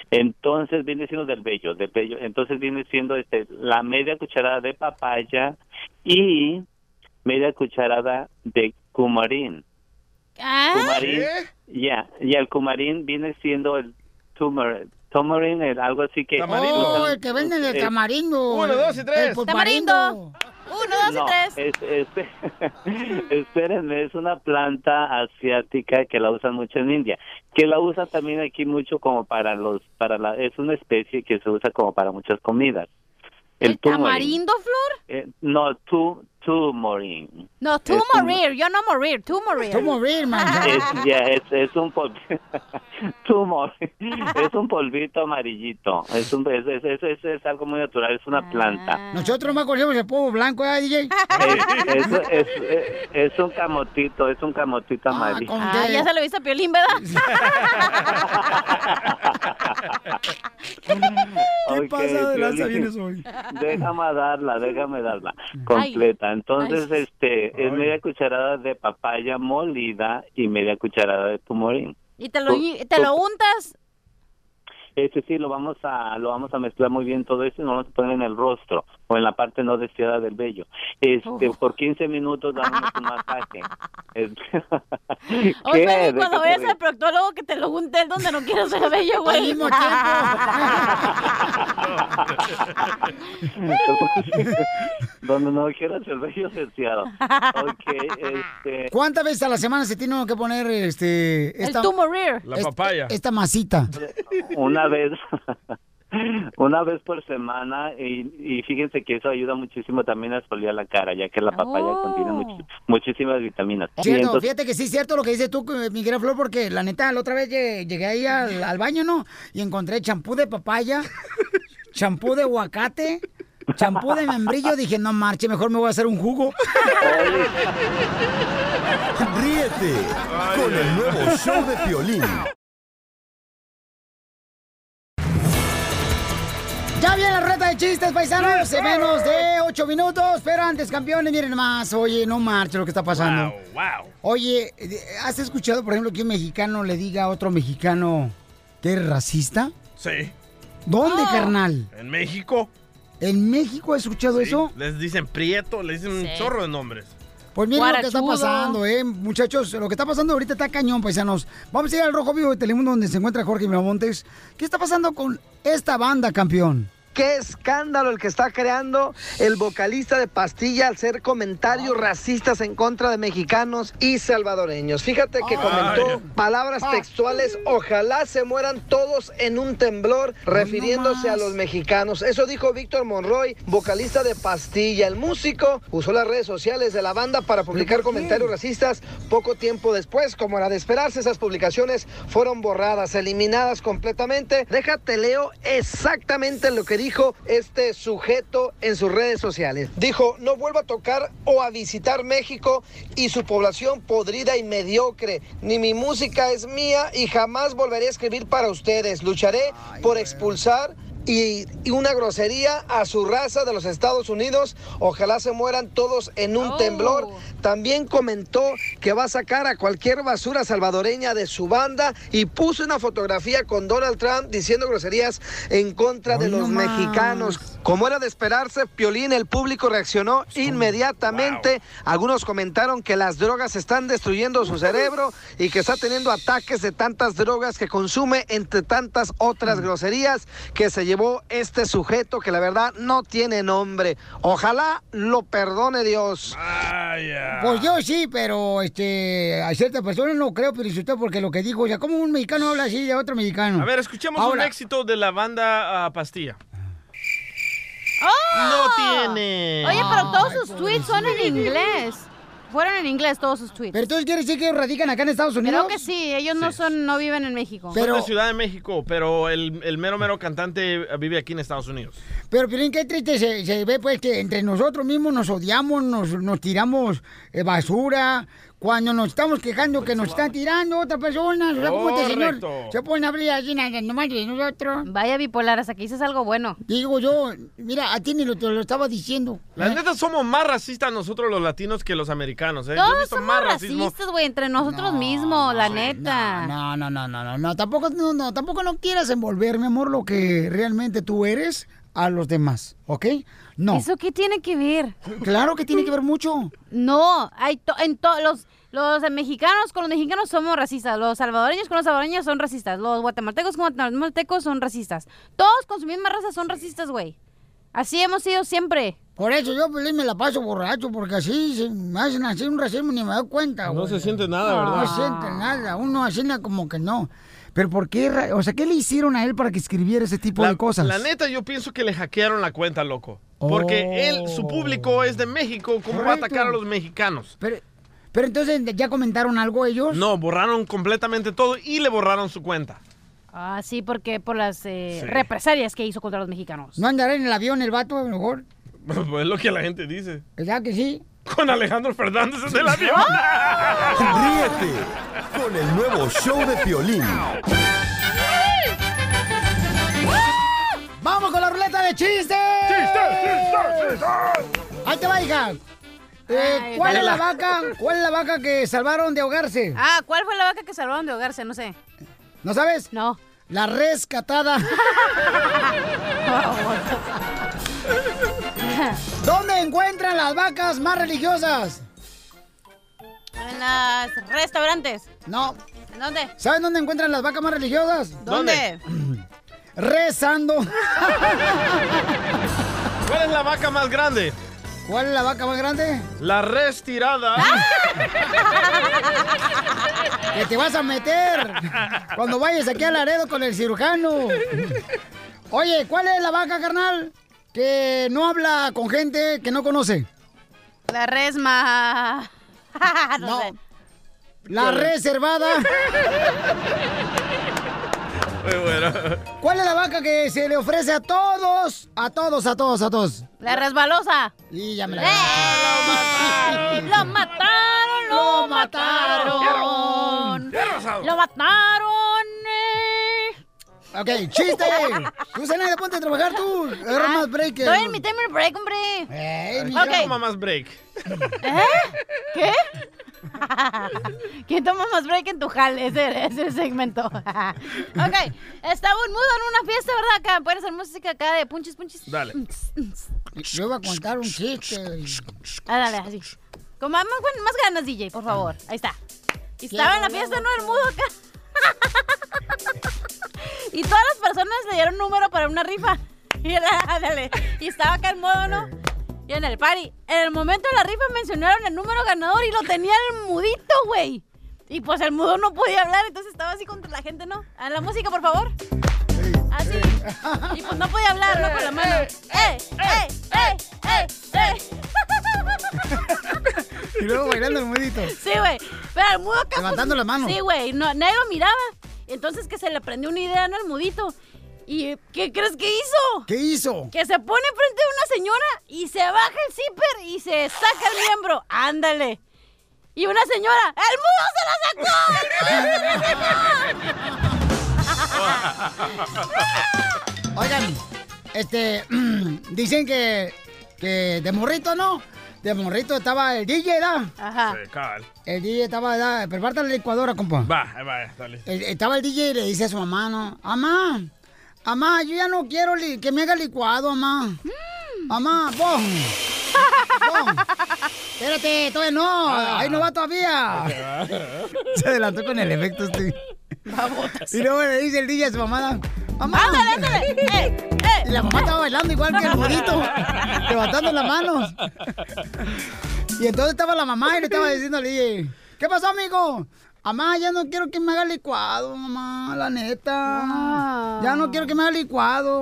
[SPEAKER 14] Entonces viene siendo del vello, del vello. Entonces viene siendo este, la media cucharada de papaya y media cucharada de cumarín.
[SPEAKER 6] ¿Ah?
[SPEAKER 14] Cumarín, ya, y el cumarín viene siendo el turmeric, tamarind, el- algo así que...
[SPEAKER 2] Oh, el que venden el
[SPEAKER 14] Eh,
[SPEAKER 2] tamarindo.
[SPEAKER 14] uno, dos y tres.
[SPEAKER 2] El pulparindo.
[SPEAKER 6] Uno, dos
[SPEAKER 14] No,
[SPEAKER 6] y tres.
[SPEAKER 14] es- es- espérenme, es una planta asiática que la usan mucho en India, que la usan también aquí mucho como para los, para la, es una especie que se usa como para muchas comidas. El, turmeric.
[SPEAKER 6] ¿Tamarindo, Flor?
[SPEAKER 14] Eh, no, tu, tumorín.
[SPEAKER 6] No, tú
[SPEAKER 14] Es un-
[SPEAKER 6] morir. Yo no morir. Tú morir. Tú
[SPEAKER 2] morir, man.
[SPEAKER 14] Es, ya, es, es un pol- tumor. es un polvito amarillito. Es, un, es, es, es- es- es algo muy natural, es una planta.
[SPEAKER 2] Nosotros nomás conocemos el polvo blanco, ¿eh, DJ?
[SPEAKER 14] Es, es, eh, es, es- es un camotito, es un camotito amarillo.
[SPEAKER 6] Ah, ya se lo viste a Piolín, ¿verdad?
[SPEAKER 14] Ah, Ok,
[SPEAKER 5] pasada de lanza
[SPEAKER 14] Piolín,
[SPEAKER 5] vienes hoy?
[SPEAKER 14] Déjame darla, déjame darla completa. Entonces,
[SPEAKER 5] Ay.
[SPEAKER 14] este, es media cucharada de papaya molida y media cucharada de tumorín.
[SPEAKER 6] y te
[SPEAKER 2] Oh,
[SPEAKER 6] lo, y- te lo untas.
[SPEAKER 14] Este sí, lo vamos a lo vamos a mezclar muy bien todo eso y lo vamos a poner en el rostro o en la parte no deseada del vello. Este,
[SPEAKER 6] Uf.
[SPEAKER 14] por 15 minutos damos un masaje. Este,
[SPEAKER 6] O
[SPEAKER 14] ¿qué?
[SPEAKER 6] sea,
[SPEAKER 14] ¿De
[SPEAKER 6] y cuando
[SPEAKER 14] qué te
[SPEAKER 6] vayas
[SPEAKER 14] ríes?
[SPEAKER 6] al proctólogo que te lo untes donde no quieres el bello, güey.
[SPEAKER 5] Al mismo
[SPEAKER 14] Donde no quieras el vello deseado. Ok, este,
[SPEAKER 2] ¿Cuántas veces a la semana se tiene uno que poner este... Esta,
[SPEAKER 6] tumorir.
[SPEAKER 14] La papaya.
[SPEAKER 2] Esta, masita.
[SPEAKER 14] una vez una vez por semana y, y fíjense que eso ayuda muchísimo también a exfoliar la cara ya que la papaya contiene much- muchísimas vitaminas Y
[SPEAKER 2] Oh. Cierto,
[SPEAKER 14] entonces-
[SPEAKER 2] fíjate que sí es cierto lo que dices tú, eh, mi querida Flor, porque la neta, la otra vez lle- llegué ahí al, al baño, ¿no? Y encontré champú de papaya, champú de aguacate, champú de membrillo. Dije, no marche, mejor me voy a hacer un jugo.
[SPEAKER 8] Ríete con el nuevo show de Piolín.
[SPEAKER 2] Ya viene la reta de chistes, paisanos, en menos de ocho minutos. Pero antes, campeones, miren más. Oye, no marche lo que está pasando.
[SPEAKER 3] wow.
[SPEAKER 2] Oye, ¿has escuchado, por ejemplo, que un mexicano le diga a otro mexicano que es racista?
[SPEAKER 3] Sí. Oh.
[SPEAKER 2] ¿Dónde, carnal?
[SPEAKER 3] En México.
[SPEAKER 2] ¿En México has escuchado eso?
[SPEAKER 3] Les dicen Prieto, les dicen un chorro de nombres.
[SPEAKER 2] Pues miren lo que está
[SPEAKER 3] Guarachudo.
[SPEAKER 2] pasando, eh, muchachos. Lo que está pasando ahorita está cañón, paisanos. Vamos a ir al Rojo Vivo de Telemundo, donde se encuentra Jorge Miramontes. ¿Qué está pasando con esta banda, campeón?
[SPEAKER 4] Qué escándalo el que está creando el vocalista de Pastilla al hacer comentarios racistas en contra de mexicanos y salvadoreños. Fíjate que comentó palabras textuales, ojalá se mueran todos en un temblor, refiriéndose a los mexicanos. Eso dijo Víctor Monroy, vocalista de Pastilla. El músico usó las redes sociales de la banda para publicar comentarios racistas poco tiempo después, como era de esperarse, esas publicaciones fueron borradas, eliminadas completamente. Déjate leo exactamente lo que dijo este sujeto en sus redes sociales. Dijo, no vuelvo a tocar o a visitar México y su población podrida y mediocre. Ni mi música es mía y jamás volveré a escribir para ustedes. Lucharé por expulsar y, y una grosería a su raza de los Estados Unidos. Ojalá se mueran todos en un temblor. También comentó que va a sacar a cualquier basura salvadoreña de su banda y puso una fotografía con Donald Trump diciendo groserías en contra de los mexicanos. Como era de esperarse, Piolín, el público reaccionó inmediatamente. Algunos comentaron que las drogas están destruyendo su cerebro y que está teniendo ataques de tantas drogas que consume, entre tantas
[SPEAKER 3] Mm.
[SPEAKER 4] otras groserías que se llevó este sujeto que la verdad no tiene nombre. Ojalá lo perdone Dios.
[SPEAKER 3] Ah.
[SPEAKER 2] Pues yo sí, pero este, a ciertas personas no creo, pero usted porque lo que dijo, o sea, ¿cómo un mexicano habla así de otro mexicano?
[SPEAKER 3] A ver, escuchemos
[SPEAKER 2] Mm. Ahora,
[SPEAKER 3] un éxito de la banda ah, Pastilla. No tiene.
[SPEAKER 6] ¡Oh! Oye, pero todos sus tweets son en inglés. Fueron en inglés todos sus tweets.
[SPEAKER 2] ¿Pero entonces quiere decir que radican acá en Estados
[SPEAKER 6] Creo que sí, ellos no son, no viven en México.
[SPEAKER 3] Son de Ciudad de México, pero el, el mero mero cantante vive aquí en Estados Unidos.
[SPEAKER 2] Pero, Piolín, qué triste se, se ve, pues, que entre nosotros mismos nos odiamos, nos, nos tiramos eh, basura. Cuando nos estamos quejando que nos están tirando otra persona, o sea, como este señor
[SPEAKER 6] Correcto.
[SPEAKER 2] se pone a abrir así, nada, nomás de nosotros.
[SPEAKER 6] Vaya bipolar, hasta que dices algo bueno.
[SPEAKER 2] Digo yo, mira, a ti ni lo, te lo estaba diciendo.
[SPEAKER 3] La neta somos más racistas nosotros los latinos que los americanos, ¿eh? Yo he
[SPEAKER 6] Todos
[SPEAKER 3] visto
[SPEAKER 6] somos
[SPEAKER 3] más racismo.
[SPEAKER 6] racistas, güey, entre nosotros mismos, la neta.
[SPEAKER 2] No, no, no, no, no, no, tampoco, no, no, tampoco no quieras envolver, mi amor, lo que realmente tú eres a los demás, ¿ok? No.
[SPEAKER 6] ¿Eso qué tiene que ver?
[SPEAKER 2] Claro que tiene que ver mucho.
[SPEAKER 6] No, hay to- en todos los Los mexicanos con los mexicanos somos racistas. Los salvadoreños con los salvadoreños son racistas. Los guatemaltecos con guatemaltecos son racistas. Todos con su misma raza son racistas, güey. Así hemos sido siempre.
[SPEAKER 2] Por eso yo Piolín, me la paso borracho, porque así se me hacen así un racismo y ni me doy cuenta.
[SPEAKER 3] No
[SPEAKER 2] güey.
[SPEAKER 3] se siente nada,
[SPEAKER 2] No,
[SPEAKER 3] ¿verdad?
[SPEAKER 2] No siente nada, uno así na- como que no. Pero ¿por qué? ra- O sea, ¿qué le hicieron a él para que escribiera ese tipo de cosas?
[SPEAKER 3] La neta, yo pienso que le hackearon la cuenta, loco.
[SPEAKER 2] Oh.
[SPEAKER 3] Porque él, su público es de México, ¿cómo va a
[SPEAKER 2] Correcto.
[SPEAKER 3] atacar a los mexicanos?
[SPEAKER 2] Pero, pero entonces, ¿ya comentaron algo ellos?
[SPEAKER 3] No, borraron completamente todo y le borraron su cuenta.
[SPEAKER 6] Ah, sí, porque por las eh,
[SPEAKER 3] Sí.
[SPEAKER 6] represalias que hizo contra los mexicanos.
[SPEAKER 2] ¿No andará en el avión el vato, a lo mejor?
[SPEAKER 3] Pues es lo que la gente dice.
[SPEAKER 2] ¿Verdad que sí? Ah.
[SPEAKER 3] Con Alejandro Fernández en el avión.
[SPEAKER 8] Ríete con el nuevo show de Piolín.
[SPEAKER 2] ¡Vamos con la ruleta de chistes!
[SPEAKER 5] ¡Chistes,
[SPEAKER 2] Ahí te va, hija. Eh,
[SPEAKER 6] Ay,
[SPEAKER 2] ¿Cuál es la
[SPEAKER 6] ojalá.
[SPEAKER 2] vaca? ¿Cuál es la vaca que salvaron de ahogarse?
[SPEAKER 6] Ah, ¿cuál fue la vaca que salvaron de ahogarse? No sé.
[SPEAKER 2] ¿No sabes?
[SPEAKER 6] No.
[SPEAKER 2] La rescatada. ¿Dónde encuentran las vacas más religiosas?
[SPEAKER 6] En los restaurantes.
[SPEAKER 2] No.
[SPEAKER 6] ¿En dónde?
[SPEAKER 2] ¿Saben dónde encuentran las vacas más religiosas?
[SPEAKER 6] ¿Dónde?
[SPEAKER 2] Rezando.
[SPEAKER 3] ¿Cuál es la vaca más grande?
[SPEAKER 2] ¿Cuál es la vaca más grande? ¡Ah!
[SPEAKER 3] La res tirada.
[SPEAKER 2] Que te vas a meter cuando vayas aquí al Laredo con el cirujano. Oye, ¿cuál es la vaca, carnal? Que no habla con gente que no conoce.
[SPEAKER 6] La resma. no, sé.
[SPEAKER 2] La reservada.
[SPEAKER 3] Muy bueno.
[SPEAKER 2] ¿Cuál es la vaca que se le ofrece a todos? A todos, a todos, a todos.
[SPEAKER 6] La resbalosa. ¡Eh!
[SPEAKER 2] Y ya me la
[SPEAKER 6] Lo mataron, lo mataron. Lo mataron. eh.
[SPEAKER 2] Ok, chiste. Tú, Zenaida, ponte a trabajar tú. Agarra más break. que-
[SPEAKER 6] Estoy en Ah, mi timer break, hombre.
[SPEAKER 2] Ey,
[SPEAKER 3] ¿Quién toma más break?
[SPEAKER 6] ¿Eh? ¿Qué? ¿Quién toma más break en tu jale? Ese es el segmento. ok, estaba un mudo en una fiesta, ¿verdad? Acá pueden hacer música acá de punches, punches.
[SPEAKER 3] Dale.
[SPEAKER 2] Yo iba a contar un chiste.
[SPEAKER 6] Ah, dale, así. Con más, más- más ganas, DJ, por favor. Ahí está. Y estaba en la fiesta, ¿no? El mudo acá. y todas las personas le dieron número para una rifa. Y, él, ándale. y estaba acá el mudo, ¿no? Y en el party. En el momento de la rifa mencionaron el número ganador y lo tenía el mudito, güey. Y pues el mudo no podía hablar, entonces estaba así contra la gente, ¿no? A la música, por favor. Así. Y pues no podía hablar, ¿no? Con la mano. ¡Eh, eh, eh, eh, eh!
[SPEAKER 2] Y luego bailando el mudito.
[SPEAKER 6] Sí, güey. Pero el mudo acá,
[SPEAKER 2] Levantando
[SPEAKER 6] pues,
[SPEAKER 2] la mano.
[SPEAKER 6] Sí, güey. No, nadie lo miraba. Entonces que se le prendió una idea, ¿no? El mudito. ¿Y qué crees que hizo?
[SPEAKER 2] ¿Qué hizo?
[SPEAKER 6] Que se pone frente de una señora y se baja el zipper y se saca el miembro. Ándale. Y una señora, ¡el mudo se la sacó! ¡El mudo se la sacó!
[SPEAKER 2] Oigan, este, dicen que, que de morrito, ¿no? De morrito estaba el DJ, ¿da?
[SPEAKER 6] Ajá.
[SPEAKER 3] Sí, cabal.
[SPEAKER 2] El DJ estaba, ¿da? Prepárate la licuadora, compa.
[SPEAKER 3] Va, ahí va, dale.
[SPEAKER 2] El- estaba el DJ y le dice a su mamá, ¿no? Amá, amá, yo ya no quiero li- que me haga licuado, amá.
[SPEAKER 6] Mm.
[SPEAKER 2] Amá, vos. vos. Espérate, todavía no. Ahí no va todavía. Se adelantó con el efecto este. Y luego le dice el DJ a su mamá, mamá.
[SPEAKER 6] Ándale, Eh, ándale.
[SPEAKER 2] Y la mamá estaba bailando igual que el bonito, levantando las manos. Y entonces estaba la mamá y le estaba diciendo al DJ, ¿qué pasó, amigo? Mamá, ya no quiero que me haga licuado, mamá, la neta. Ya no quiero que me haga licuado.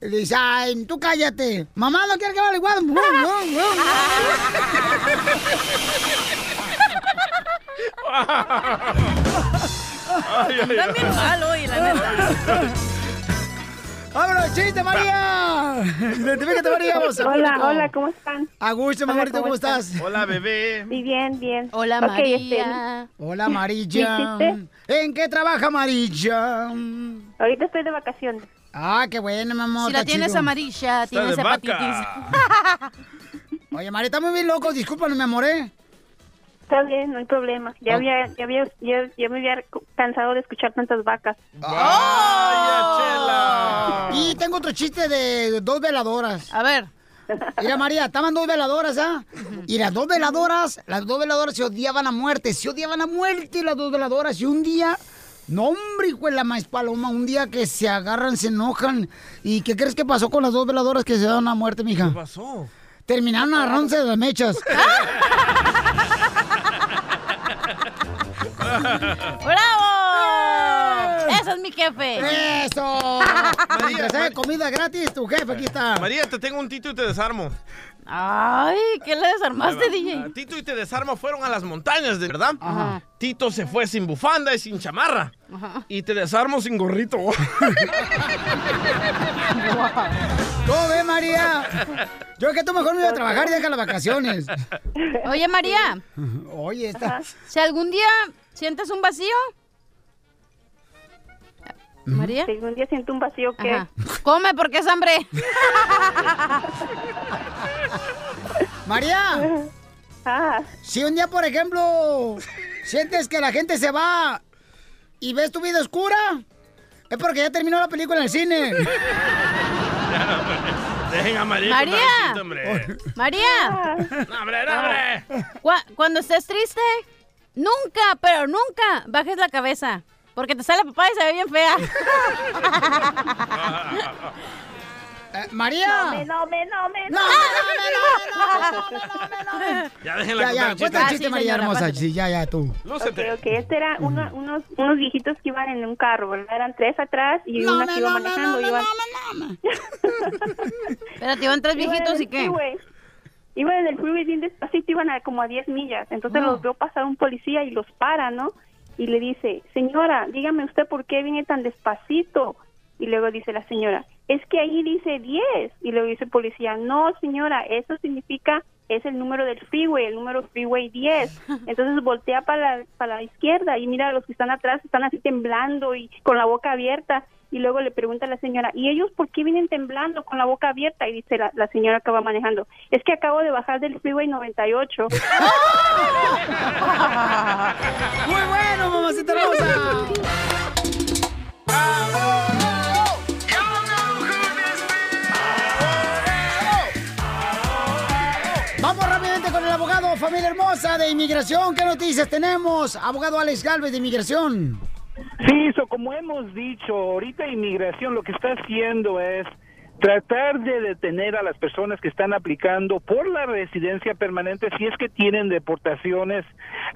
[SPEAKER 2] Y le dice, ay, tú cállate. Mamá, no quiero que me haga licuado.
[SPEAKER 5] Está bien malo hoy, la neta.
[SPEAKER 2] ¡Vámonos, chiste, María! Identifícate, María. vamos,
[SPEAKER 13] Hola,
[SPEAKER 2] Augusto.
[SPEAKER 13] hola, ¿cómo están?
[SPEAKER 2] A gusto, mi
[SPEAKER 13] Hola,
[SPEAKER 2] amorito, ¿cómo estás?
[SPEAKER 3] Hola, bebé.
[SPEAKER 13] Sí, bien, bien.
[SPEAKER 6] Hola,
[SPEAKER 13] Ok, este,
[SPEAKER 6] María.
[SPEAKER 2] Hola, Amarilla.
[SPEAKER 13] ¿Me hiciste?
[SPEAKER 2] ¿En qué trabaja Amarilla?
[SPEAKER 13] Ahorita estoy de vacaciones.
[SPEAKER 2] Ah, qué bueno, mi amor.
[SPEAKER 6] Si la
[SPEAKER 2] está
[SPEAKER 6] tienes
[SPEAKER 2] chido.
[SPEAKER 6] amarilla, tienes hepatitis.
[SPEAKER 2] Oye, María, estamos bien locos. Discúlpanos, me amoré.
[SPEAKER 13] Está bien, no hay problema. Ya, había, ya, había, ya, ya me había cansado de escuchar tantas vacas.
[SPEAKER 6] Ah.
[SPEAKER 2] Y tengo otro chiste de dos veladoras.
[SPEAKER 6] A ver.
[SPEAKER 2] Mira, María, estaban dos veladoras, ¿ah? Y las dos veladoras, las dos veladoras se odiaban a muerte, se odiaban a muerte las dos veladoras. Y un día, no hombre, hijo de la maíz paloma, un día que se agarran, se enojan. ¿Y qué crees que pasó con las dos veladoras que se daban a muerte, mija?
[SPEAKER 3] ¿Qué pasó?
[SPEAKER 2] Terminaron agarrándose de las mechas.
[SPEAKER 6] ¡Bravo! ¡Eso es mi jefe!
[SPEAKER 2] ¡Eh! ¡Eso! Mientras haya comida gratis, tu jefe aquí está.
[SPEAKER 3] María, te tengo un tito y te desarmo. Ah,
[SPEAKER 6] Ay, ¿qué le desarmaste, DJ?
[SPEAKER 3] Tito y te desarmo fueron a las montañas, de verdad. Tito se fue sin bufanda y sin chamarra. Y te desarmo sin gorrito.
[SPEAKER 2] ¿Cómo ve, María? Yo que tú mejor me voy a trabajar y deja las vacaciones.
[SPEAKER 6] Oye, María.
[SPEAKER 2] Oye, estás.
[SPEAKER 6] Si algún día sientes un vacío, María.
[SPEAKER 13] Si algún día siento un vacío, ¿qué?
[SPEAKER 6] Ajá. come porque es hambre.
[SPEAKER 2] María.
[SPEAKER 13] Ah.
[SPEAKER 2] Si un día, por ejemplo, sientes que la gente se va y ves tu vida oscura, es porque ya terminó la película en el cine.
[SPEAKER 3] Dejen a María.
[SPEAKER 6] María.
[SPEAKER 3] contar el chiste, hombre.
[SPEAKER 13] Ah.
[SPEAKER 6] María.
[SPEAKER 3] No, hombre, no, hombre.
[SPEAKER 6] Cua- cuando estés triste, nunca, pero nunca bajes la cabeza. Porque te sale papá y se ve bien fea. Eh,
[SPEAKER 2] María.
[SPEAKER 5] No, me,
[SPEAKER 6] no, me, no, me,
[SPEAKER 5] no.
[SPEAKER 3] Ya
[SPEAKER 2] Ya, ya, cuenta el
[SPEAKER 6] Ah,
[SPEAKER 2] chiste, María hermosa. Sí, ya, ya, tú.
[SPEAKER 3] Lúcete.
[SPEAKER 13] Ok, ok, este era uno- unos, unos viejitos que iban en un carro, ¿verdad? Eran tres atrás y
[SPEAKER 6] No,
[SPEAKER 13] una
[SPEAKER 6] no,
[SPEAKER 13] que iba
[SPEAKER 6] no, no,
[SPEAKER 13] manejando.
[SPEAKER 6] no,
[SPEAKER 13] iban...
[SPEAKER 6] Pero te iban tres
[SPEAKER 13] Iban en
[SPEAKER 6] viejitos
[SPEAKER 13] el
[SPEAKER 6] y qué.
[SPEAKER 13] freeway. Iban en el freeway bien despacito, iban a como a 10 millas. Entonces
[SPEAKER 6] Ah.
[SPEAKER 13] los veo pasar un policía y los para, ¿no? Y le dice, señora, dígame usted por qué viene tan despacito. Y luego dice la señora, es que ahí dice 10. Y luego dice el policía, no, señora, eso significa, es el número del freeway, el número freeway 10. Entonces voltea para la, para la izquierda y mira a los que están atrás, están así temblando y con la boca abierta. Y luego le pregunta a la señora, ¿y ellos por qué vienen temblando con la boca abierta? Y dice la, la señora que va manejando, es que acabo de bajar del freeway 98.
[SPEAKER 2] Muy bueno, mamacita hermosa. Vamos rápidamente con el abogado, familia hermosa de inmigración. ¿Qué noticias tenemos? Abogado Alex Galvez de inmigración.
[SPEAKER 15] Sí, so como hemos dicho, ahorita inmigración lo que está haciendo es tratar de detener a las personas que están aplicando por la residencia permanente si es que tienen deportaciones,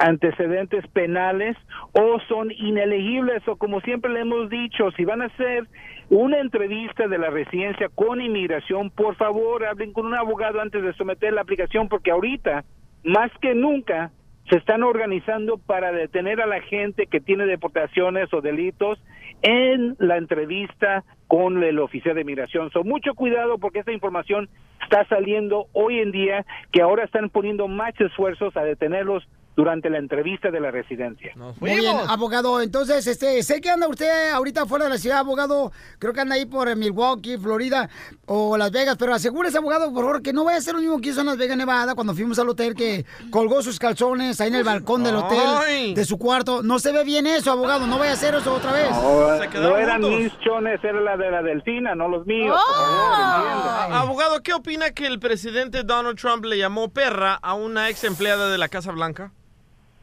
[SPEAKER 15] antecedentes penales o son inelegibles o como siempre le hemos dicho, si van a hacer una entrevista de la residencia con inmigración, por favor hablen con un abogado antes de someter la aplicación porque ahorita, más que nunca, se están organizando para detener a la gente que tiene deportaciones o delitos en la entrevista con el oficial de migración. So, mucho cuidado porque esta información está saliendo hoy en día que ahora están poniendo más esfuerzos a detenerlos durante la entrevista de la residencia.
[SPEAKER 2] Muy bien, abogado. Entonces, este, sé que anda usted ahorita fuera de la ciudad, abogado. Creo que anda ahí por eh, Milwaukee, Florida o Las Vegas. Pero asegúrese, abogado, por favor, que no vaya a ser lo mismo que hizo en Las Vegas, Nevada, cuando fuimos al hotel, que colgó sus calzones ahí en el balcón del hotel,
[SPEAKER 15] ¡Ay!
[SPEAKER 2] de su cuarto. No se ve bien eso, abogado. No vaya a hacer eso otra vez.
[SPEAKER 15] No,
[SPEAKER 3] quedaron
[SPEAKER 15] no eran
[SPEAKER 3] juntos.
[SPEAKER 15] mis chones, era la de la delfina, no los míos.
[SPEAKER 2] Oh.
[SPEAKER 15] por favor, entienda.
[SPEAKER 3] A- Abogado, ¿qué opina que el presidente Donald Trump le llamó perra a una ex empleada de la Casa Blanca?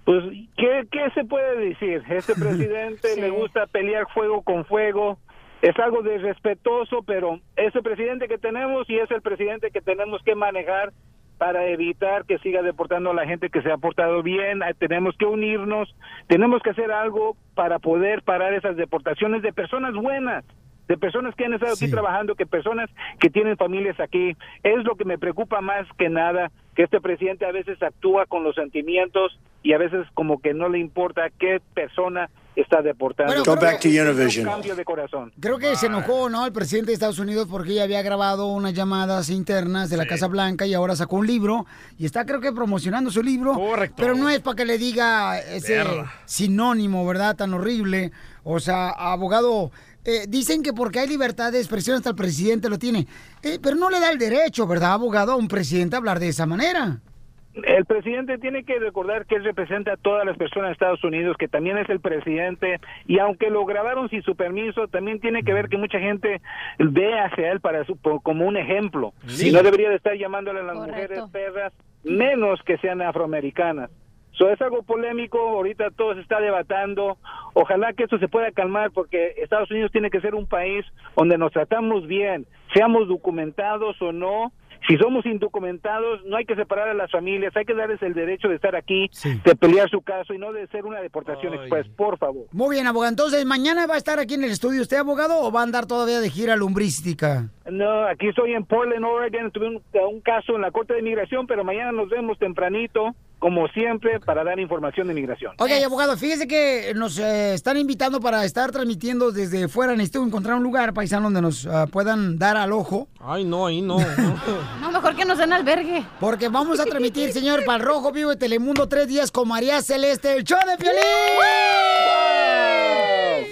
[SPEAKER 15] Pues, ¿qué, qué se puede decir? Este presidente le gusta pelear fuego con fuego. Es algo desrespetuoso, pero es el presidente que tenemos y es el presidente que tenemos que manejar para evitar que siga deportando a la gente que se ha portado bien. Ah, Tenemos que unirnos, tenemos que hacer algo para poder parar esas deportaciones de personas buenas, de personas que han estado aquí trabajando, que personas que tienen familias aquí. Es lo que me preocupa más que nada, que este presidente a veces actúa con los sentimientos y a veces como que no le importa qué persona está deportando.
[SPEAKER 2] Bueno, Go creo back que- to Univision.
[SPEAKER 15] Un cambio de corazón.
[SPEAKER 2] Creo que se enojó, ¿no? El presidente de Estados Unidos porque ella había grabado unas llamadas internas de la Casa Blanca y ahora sacó un libro y está creo que promocionando su libro. Correcto. Pero no es para que le diga ese
[SPEAKER 5] Perra.
[SPEAKER 2] sinónimo, ¿verdad? Tan horrible. O sea, abogado, eh, dicen que porque hay libertad de expresión hasta el presidente lo tiene. Eh, pero no le da el derecho, ¿verdad, abogado, a un presidente a hablar de esa manera?
[SPEAKER 15] el presidente tiene que recordar que él representa a todas las personas de Estados Unidos, que también es el presidente, y aunque lo grabaron sin su permiso, también tiene que ver que mucha gente ve hacia él para su, por- como un ejemplo.
[SPEAKER 16] Sí.
[SPEAKER 15] Y no debería de estar llamándole a las
[SPEAKER 16] Correcto.
[SPEAKER 15] mujeres perras, menos que sean afroamericanas. So, es algo polémico, ahorita todo se está debatando. Ojalá que esto se pueda calmar porque Estados Unidos tiene que ser un país donde nos tratamos bien, seamos documentados o no. Si somos indocumentados, no hay que separar a las familias, hay que darles el derecho de estar aquí, de pelear su caso y no de ser una deportación express, por favor.
[SPEAKER 2] Muy bien, abogado. Entonces, ¿mañana va a estar aquí en el estudio usted, abogado, o va a andar todavía de gira lumbrística?
[SPEAKER 15] No, aquí estoy en Portland, Oregon. Tuve un, un caso en la Corte de Inmigración, pero mañana nos vemos tempranito, como siempre, para dar información de inmigración.
[SPEAKER 2] Ok, abogado, fíjese que nos eh, están invitando para estar transmitiendo desde fuera. Necesito encontrar un lugar, paisano, donde nos ah, puedan dar al ojo.
[SPEAKER 3] Ay, no, ahí no.
[SPEAKER 2] No, mejor que nos den albergue. Porque vamos a transmitir, señor, para el Rojo Vivo de Telemundo, tres días con María Celeste, el show de Piolín.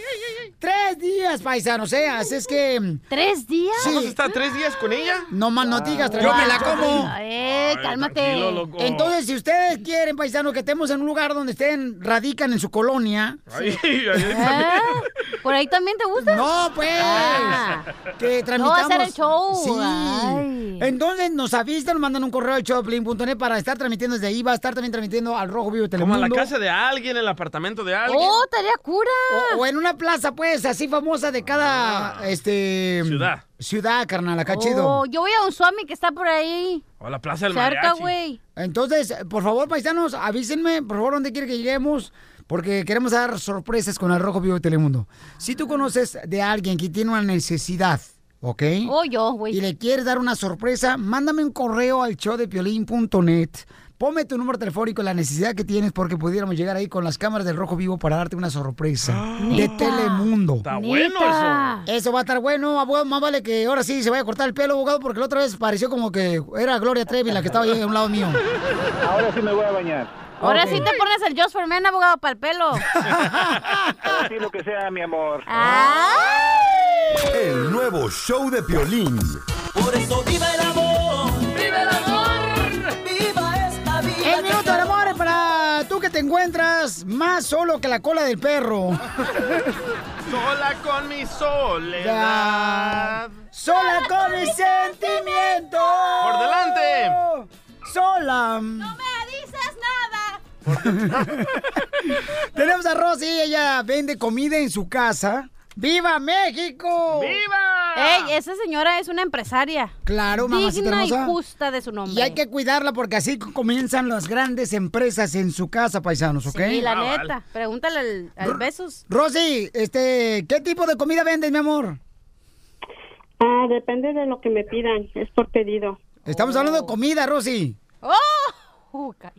[SPEAKER 2] Tres días, paisanos, ¿eh? Así es que... ¿Tres días?
[SPEAKER 3] ¿Vamos a estar tres días con ella?
[SPEAKER 2] No más no digas,
[SPEAKER 3] Yo
[SPEAKER 2] tranquila.
[SPEAKER 3] me la como.
[SPEAKER 6] Eh, cálmate.
[SPEAKER 3] tranquilo, loco.
[SPEAKER 2] Entonces, si ustedes quieren, paisanos, que estemos en un lugar donde estén, radican en su colonia.
[SPEAKER 3] Ay, ay, ay.
[SPEAKER 2] Eh. ¿Por ahí también te gusta? No, pues.
[SPEAKER 6] Ah.
[SPEAKER 2] Que
[SPEAKER 6] No, va
[SPEAKER 2] tramitamos.
[SPEAKER 6] a ser el show.
[SPEAKER 2] Sí.
[SPEAKER 6] Ay.
[SPEAKER 2] Entonces nos avisan, mandan un correo a showplane.net para estar transmitiendo desde ahí. Va a estar también transmitiendo al Rojo Vivo de
[SPEAKER 3] Como
[SPEAKER 2] Telemundo.
[SPEAKER 3] a la casa de alguien, el apartamento de alguien.
[SPEAKER 2] ¡Oh, tarea cura! O, o en una plaza, pues, así famosa de cada, este...
[SPEAKER 3] Ciudad.
[SPEAKER 2] Ciudad, carnal, acá
[SPEAKER 6] Oh,
[SPEAKER 2] chido.
[SPEAKER 6] yo voy a un swami que está por ahí.
[SPEAKER 3] O la plaza del
[SPEAKER 6] Cerca,
[SPEAKER 3] mariachi.
[SPEAKER 6] güey.
[SPEAKER 2] Entonces, por favor, paisanos, avísenme, por favor, dónde quiere que lleguemos, porque queremos dar sorpresas con el Rojo Vivo de Telemundo. Si tú conoces de alguien que tiene una necesidad, ¿ok?
[SPEAKER 6] O Oh, yo, güey.
[SPEAKER 2] y le quieres dar una sorpresa, mándame un correo al showdepiolín.net. Ponme tu número telefónico, la necesidad que tienes, porque pudiéramos llegar ahí con las cámaras del Rojo Vivo para darte una sorpresa de
[SPEAKER 3] Neta.
[SPEAKER 2] Telemundo.
[SPEAKER 3] Está bueno Neta.
[SPEAKER 6] Ah.
[SPEAKER 2] Eso va a estar bueno, abogado. Más vale que ahora sí se vaya a cortar el pelo, abogado, porque la otra vez pareció como que era Gloria Trevi la que estaba ahí a un lado mío.
[SPEAKER 15] Ahora sí me voy a bañar.
[SPEAKER 6] Ahora sí te pones el Just for Men, abogado, para el pelo.
[SPEAKER 15] Ahora sí lo que sea, mi amor.
[SPEAKER 8] El nuevo show de Piolín.
[SPEAKER 5] Por eso viva el amor. Viva el amor. Viva esta vida.
[SPEAKER 2] El minuto del amor es para tú que te encuentras más solo que la cola del perro.
[SPEAKER 3] Sola con mi soledad.
[SPEAKER 2] Sola con mis sentimientos.
[SPEAKER 3] Por delante.
[SPEAKER 2] Sola.
[SPEAKER 6] me dices nada.
[SPEAKER 2] Tenemos a Rosy, ella vende comida en su casa. ¡Viva México!
[SPEAKER 6] ¡Viva! Ey, esa señora es una empresaria.
[SPEAKER 2] Claro, mamacita
[SPEAKER 6] Digna y
[SPEAKER 2] hermosa.
[SPEAKER 6] justa de su nombre.
[SPEAKER 2] Y hay que cuidarla porque así comienzan las grandes empresas en su casa, paisanos, ¿ok?
[SPEAKER 6] Sí,
[SPEAKER 17] Ah,
[SPEAKER 6] la neta. Pregúntale al, al Besos.
[SPEAKER 2] Rosy, este, ¿qué tipo de comida vendes, mi amor?
[SPEAKER 17] Ah, depende de lo que me pidan, es por pedido.
[SPEAKER 2] Estamos hablando de comida, Rosy.
[SPEAKER 6] ¡Oh! Uh, ca-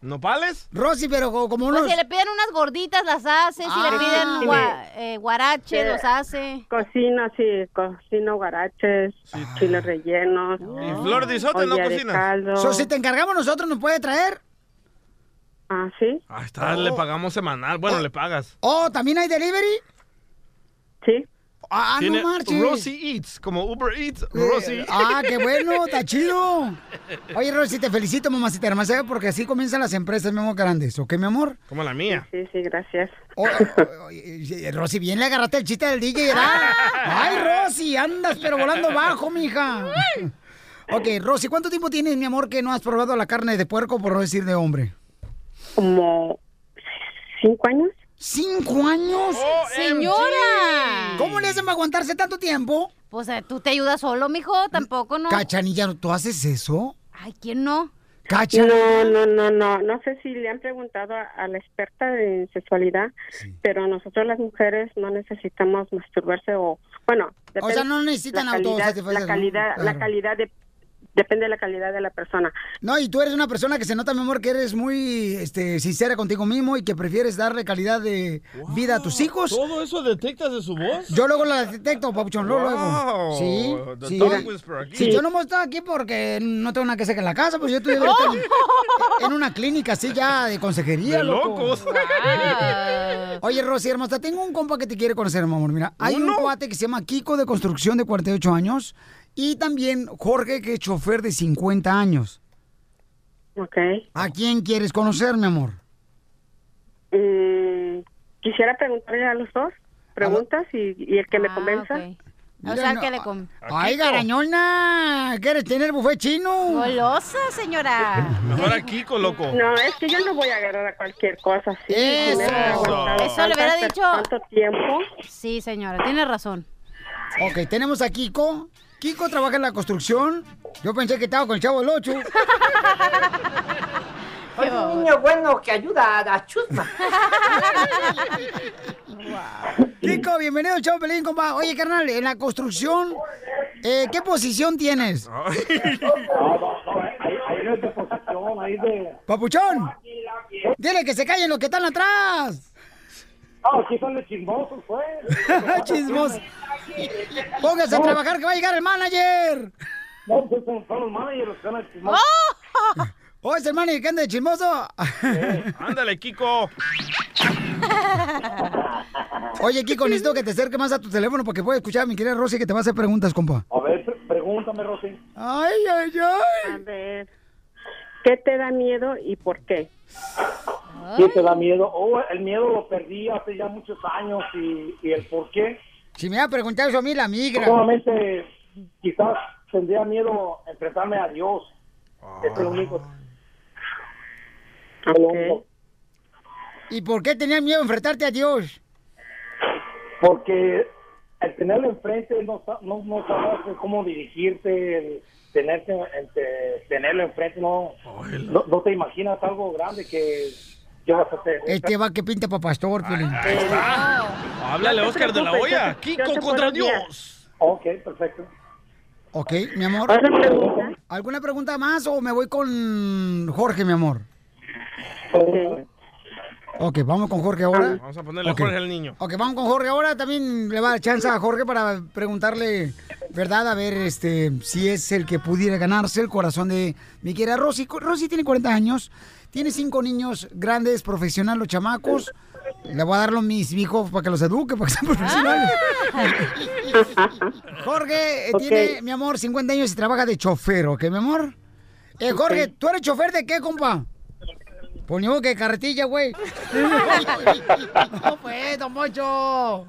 [SPEAKER 3] ¿Nopales?
[SPEAKER 2] Rosy, pero co- como
[SPEAKER 6] Pues
[SPEAKER 2] unos...
[SPEAKER 6] si le piden unas gorditas, las hace. Si le
[SPEAKER 17] Ah.
[SPEAKER 6] piden gua- eh, guarache,
[SPEAKER 17] Sí.
[SPEAKER 6] los hace.
[SPEAKER 17] Cocino, sí, cocino guaraches, chiles rellenos.
[SPEAKER 3] ¿Y Flor de Isote no
[SPEAKER 17] olla de
[SPEAKER 3] cocinas?
[SPEAKER 17] caldo.
[SPEAKER 2] So, si te encargamos nosotros, ¿nos puede traer?
[SPEAKER 17] Ah, sí.
[SPEAKER 3] Ahí está,
[SPEAKER 15] Oh.
[SPEAKER 3] le pagamos semanal. Bueno, le pagas.
[SPEAKER 2] Oh, ¿también hay delivery?
[SPEAKER 17] Sí.
[SPEAKER 2] Ah,
[SPEAKER 3] Tiene
[SPEAKER 2] no marches.
[SPEAKER 3] Rosy Eats, como Uber Eats, Rosy.
[SPEAKER 2] Eh, Ah, qué bueno, está chido. Oye, Rosy, te felicito, mamacita hermosa, porque así comienzan las empresas, mi amor, grandes. ¿Ok, mi amor?
[SPEAKER 3] Como la mía.
[SPEAKER 17] Sí, sí, gracias.
[SPEAKER 2] Oh. Eh, Rosy, bien le agarraste el chiste del DJ, ¿verdad? Ay, Rosy, andas pero volando bajo, mija. Ok, Rosy, ¿cuánto tiempo tienes, mi amor, que no has probado la carne de puerco, por no decir de hombre?
[SPEAKER 17] Como cinco años.
[SPEAKER 2] ¿Cinco años?
[SPEAKER 17] Oh,
[SPEAKER 6] ¡Señora!
[SPEAKER 2] ¿Cómo le hacen para aguantarse tanto tiempo?
[SPEAKER 6] Pues eh, tú te ayudas solo, mijo. Tampoco, ¿no?
[SPEAKER 2] Cachanilla, ¿tú haces eso?
[SPEAKER 6] Ay, ¿quién no?
[SPEAKER 2] Cacha.
[SPEAKER 17] No, no, no, no. No sé si le han preguntado a, a la experta en sexualidad, pero nosotros las mujeres no necesitamos masturbarse o, bueno,
[SPEAKER 2] O sea, no necesitan
[SPEAKER 17] la calidad,
[SPEAKER 2] autosatisfacerse,
[SPEAKER 17] la calidad,
[SPEAKER 2] ¿no?
[SPEAKER 17] la
[SPEAKER 2] Claro.
[SPEAKER 17] calidad de, depende de la calidad de la persona.
[SPEAKER 2] No, y tú eres una persona que se nota, mi amor, que eres muy este, sincera contigo mismo y que prefieres darle calidad de vida a tus hijos.
[SPEAKER 3] ¿Todo eso detectas de su voz?
[SPEAKER 2] Yo luego la detecto, Papuchón, luego, luego.
[SPEAKER 3] Wow,
[SPEAKER 2] Sí,
[SPEAKER 3] the
[SPEAKER 2] sí.
[SPEAKER 3] dog
[SPEAKER 2] Mira,
[SPEAKER 3] whisperer aquí.
[SPEAKER 2] Si yo no estado aquí porque no tengo nada que hacer en la casa, pues yo estoy
[SPEAKER 3] ¡Oh!
[SPEAKER 2] ahorita
[SPEAKER 5] Oh.
[SPEAKER 2] en, en una clínica así ya de consejería,
[SPEAKER 5] De
[SPEAKER 2] loco.
[SPEAKER 5] locos.
[SPEAKER 2] Oye, Rosy, hermosa, tengo un compa que te quiere conocer, mi amor. Mira, hay un
[SPEAKER 5] ¿Uno?
[SPEAKER 2] cuate que se llama Kiko de construcción de 48 años y también Jorge que es chofer de 50 años.
[SPEAKER 17] Ok.
[SPEAKER 2] ¿A quién quieres conocer, mi amor?
[SPEAKER 17] Mm, quisiera preguntarle a los dos preguntas y, y el que me convenza.
[SPEAKER 6] O sea, que le com...
[SPEAKER 2] ¡Ay, garañona! Ah, ¿Quieres tener buffet chino?
[SPEAKER 6] Golosa, señora.
[SPEAKER 3] Mejor a Kiko, loco.
[SPEAKER 17] No, es que yo no voy a agarrar a cualquier cosa. sí,
[SPEAKER 6] Eso.
[SPEAKER 17] me he aguantado
[SPEAKER 6] Eso le hubiera
[SPEAKER 17] tantas-
[SPEAKER 6] dicho-
[SPEAKER 17] Tanto tiempo.
[SPEAKER 6] Sí, señora, tiene razón.
[SPEAKER 2] Ok, tenemos a Kiko. Kiko trabaja en la construcción. Yo pensé que estaba con el chavo del 8.
[SPEAKER 16] Soy un niño bueno que ayuda a, a Chusma.
[SPEAKER 2] Kiko, bienvenido al chavo Pelín, compa. Oye, carnal, en la construcción, eh, ¿qué posición tienes? Papuchón, dile que se callen los que están atrás.
[SPEAKER 11] No, aquí son los chismosos, pues.
[SPEAKER 2] Chismos. Póngase a trabajar que va a llegar el manager.
[SPEAKER 11] No, pues son son los managers los que están chismosos.
[SPEAKER 2] ¡Oh! ¡Oh, es el manager que anda de chismoso!
[SPEAKER 3] Ándale, Kiko.
[SPEAKER 2] Oye, Kiko, necesito que te acerques más a tu teléfono porque puedo escuchar a mi querida Rosy que te va a hacer preguntas, compa.
[SPEAKER 11] A ver, pre- pregúntame, Rosy.
[SPEAKER 2] Ay, ay, ay.
[SPEAKER 17] A ver. ¿Qué te da miedo y por qué?
[SPEAKER 11] ¿Qué te da miedo? Oh, el miedo lo perdí hace ya muchos años y, y el por qué.
[SPEAKER 2] Si me iba a preguntar eso a mí, la migra.
[SPEAKER 11] Solamente quizás tendría miedo a enfrentarme a Dios.
[SPEAKER 2] Ah.
[SPEAKER 11] Es lo único.
[SPEAKER 2] ¿Y por qué tenías miedo a enfrentarte a Dios?
[SPEAKER 11] Porque el tenerlo enfrente no, sa- no, no sabes cómo dirigirte, el tenerte, el te- tenerlo enfrente no, no, no te imaginas algo grande que, que vas a hacer.
[SPEAKER 2] Este va que pinta para pastor, Piolín.
[SPEAKER 11] Ah,
[SPEAKER 3] Háblale, Oscar de la
[SPEAKER 11] preocupes, yo
[SPEAKER 3] Hoya.
[SPEAKER 11] te- yo
[SPEAKER 3] Kiko
[SPEAKER 11] te
[SPEAKER 3] contra
[SPEAKER 11] puedo guiar.
[SPEAKER 3] Dios.
[SPEAKER 11] Ok, perfecto.
[SPEAKER 2] Ok, mi amor. ¿Alguna pregunta más o me voy con Jorge, mi amor? Ok, vamos con Jorge ahora.
[SPEAKER 3] Vamos a ponerle
[SPEAKER 2] Ok.
[SPEAKER 3] Jorge al niño.
[SPEAKER 2] Ok, vamos con Jorge. Ahora también le va a dar chance a Jorge para preguntarle, ¿verdad? A ver este, si es el que pudiera ganarse el corazón de mi querida Rosy. Co- Rosy tiene 40 años, tiene cinco niños grandes, profesional, los chamacos. Le voy a dar los mis hijos para que los eduque, para que sean profesionales. Jorge eh,
[SPEAKER 5] Ok.
[SPEAKER 2] tiene, mi amor, 50 años y trabaja de chofer, ¿ok, mi amor? Eh, Jorge,
[SPEAKER 5] Ok.
[SPEAKER 2] ¿tú eres chofer de qué, compa? Ponemos que de carretilla, güey. no, pues, don Poncho.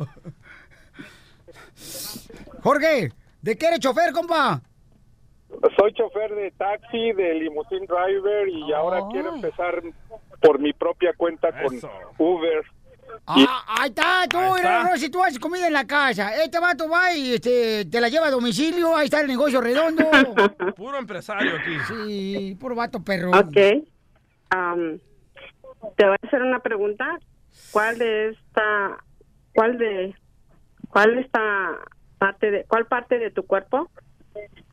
[SPEAKER 2] Jorge, ¿de qué eres chofer, compa?
[SPEAKER 18] Soy chofer de taxi, de limousine driver y ahora
[SPEAKER 2] Oh.
[SPEAKER 18] quiero empezar por mi propia cuenta con Uber. Y-
[SPEAKER 2] Ah, ahí está, tú, mira, no, si tú haces comida en la casa, este vato va y este, te la lleva a domicilio, ahí está el negocio redondo.
[SPEAKER 3] Puro empresario aquí.
[SPEAKER 2] Sí, puro vato perro.
[SPEAKER 17] Ok. Am, te voy a hacer una pregunta. ¿Cuál de esta, cuál de, cuál de esta parte de, cuál parte de tu cuerpo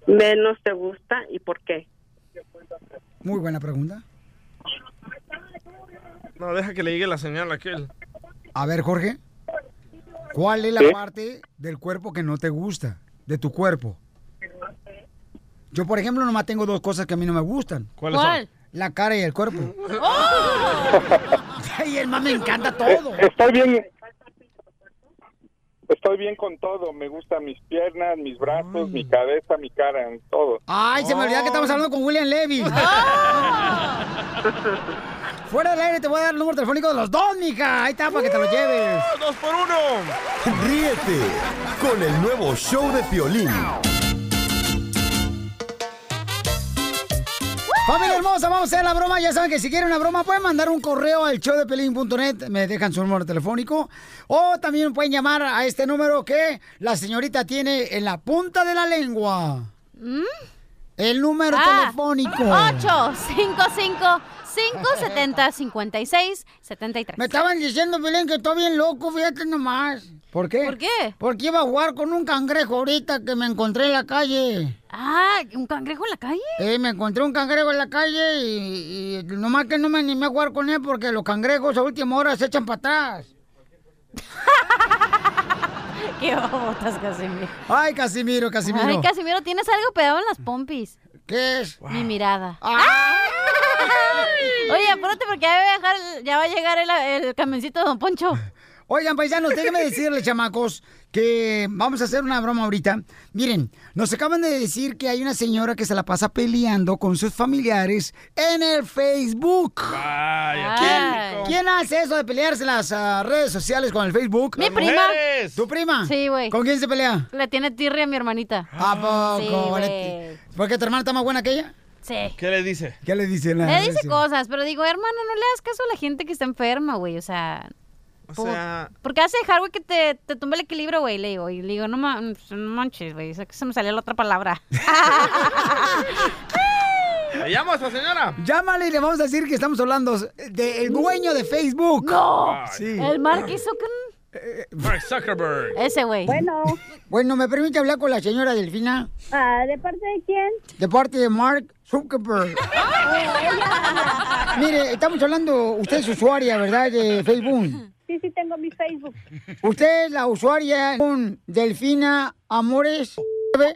[SPEAKER 17] menos te gusta y por qué?
[SPEAKER 2] Muy buena pregunta.
[SPEAKER 3] No, deja que le llegue la señal a aquel.
[SPEAKER 2] A ver, Jorge, ¿cuál es la
[SPEAKER 3] ¿Sí?
[SPEAKER 2] parte del cuerpo que no te gusta, de tu cuerpo? Yo, por ejemplo, nomás tengo dos cosas que a mí no me gustan.
[SPEAKER 3] ¿Cuáles son? ¿Cuál?
[SPEAKER 2] La cara y el cuerpo. ¡Oh! Ay, el más me encanta todo.
[SPEAKER 18] Eh, Estoy bien. Estoy bien con todo. Me gustan mis piernas, mis brazos, mi cabeza, mi cara, en todo.
[SPEAKER 2] Mm. Ay, se me olvidaba que estamos hablando con William Levy. Fuera del aire te voy a dar el número telefónico de los dos, mija. Ahí está, para que te lo lleves.
[SPEAKER 3] ¡Dos por uno!
[SPEAKER 8] Ríete con el nuevo show de Piolín.
[SPEAKER 2] Familia hermosa, vamos a hacer la broma. Ya saben que si quieren una broma pueden mandar un correo al showdepelín.net. Me dejan su número telefónico. O también pueden llamar a este número que la señorita tiene en la punta de la lengua.
[SPEAKER 6] ¿Mm?
[SPEAKER 2] El número
[SPEAKER 6] Ah,
[SPEAKER 2] telefónico.
[SPEAKER 6] 8 55 570 56 73.
[SPEAKER 2] Me estaban diciendo, Belén, que está bien loco, fíjate nomás. ¿Por qué?
[SPEAKER 6] ¿Por qué?
[SPEAKER 2] Porque iba a jugar con un cangrejo ahorita que me encontré en la calle.
[SPEAKER 6] Ah, ¿un cangrejo en la calle?
[SPEAKER 2] Eh, me encontré un cangrejo en la calle y, y nomás que no me animé a jugar con él porque los cangrejos a última hora se echan para atrás.
[SPEAKER 6] Qué botas, Casimiro.
[SPEAKER 2] Ay, Casimiro, Casimiro.
[SPEAKER 6] Ay, Casimiro, tienes algo pegado en las pompis.
[SPEAKER 2] ¿Qué es? Ah.
[SPEAKER 6] Mi mirada. Oye, apúrate porque ya va a, dejar- ya va a llegar el, el camioncito de Don Poncho.
[SPEAKER 2] Oigan, paisanos, déjenme decirles, chamacos, que vamos a hacer una broma ahorita. Miren, nos acaban de decir que hay una señora que se la pasa peleando con sus familiares en el Facebook. ¿Quién, quién hace eso de pelearse en las ah, redes sociales con el Facebook?
[SPEAKER 6] Mi prima.
[SPEAKER 2] ¿Tu prima?
[SPEAKER 6] Sí, güey.
[SPEAKER 2] ¿Con quién se pelea?
[SPEAKER 6] Le tiene tirria a mi hermanita.
[SPEAKER 2] ¿A
[SPEAKER 6] Sí,
[SPEAKER 2] poco?
[SPEAKER 6] güey.
[SPEAKER 2] ¿Por qué tu hermana está más buena que ella?
[SPEAKER 6] Sí.
[SPEAKER 3] ¿Qué le dice?
[SPEAKER 2] ¿Qué le dice?
[SPEAKER 6] Le dice cosas, pero digo, hermano, no le hagas caso a la gente que está enferma, güey. O sea.
[SPEAKER 3] O sea-
[SPEAKER 6] Porque hace dejar, güey, que te, te tumbe el equilibrio, güey. Le digo, y le digo, no, ma- pues, no manches, güey. O sea, que se me salió la otra palabra.
[SPEAKER 3] ¿Le llamo a esta señora?
[SPEAKER 2] Llámale y le vamos a decir que estamos hablando del dueño de Facebook.
[SPEAKER 6] ¡No!
[SPEAKER 2] Sí.
[SPEAKER 6] El Mark Zuckerberg.
[SPEAKER 3] Mark Zuckerberg.
[SPEAKER 2] Eh.
[SPEAKER 6] Ese güey.
[SPEAKER 2] Bueno. Bueno, ¿me permite hablar con la señora Delfina?
[SPEAKER 19] Ah, ¿De parte de quién?
[SPEAKER 2] De parte de Mark Zuckerberg. Mire, estamos hablando, usted es usuaria, ¿verdad? De Facebook.
[SPEAKER 19] Sí, sí, tengo mi Facebook.
[SPEAKER 2] Usted es la usuaria con Delfina Amores.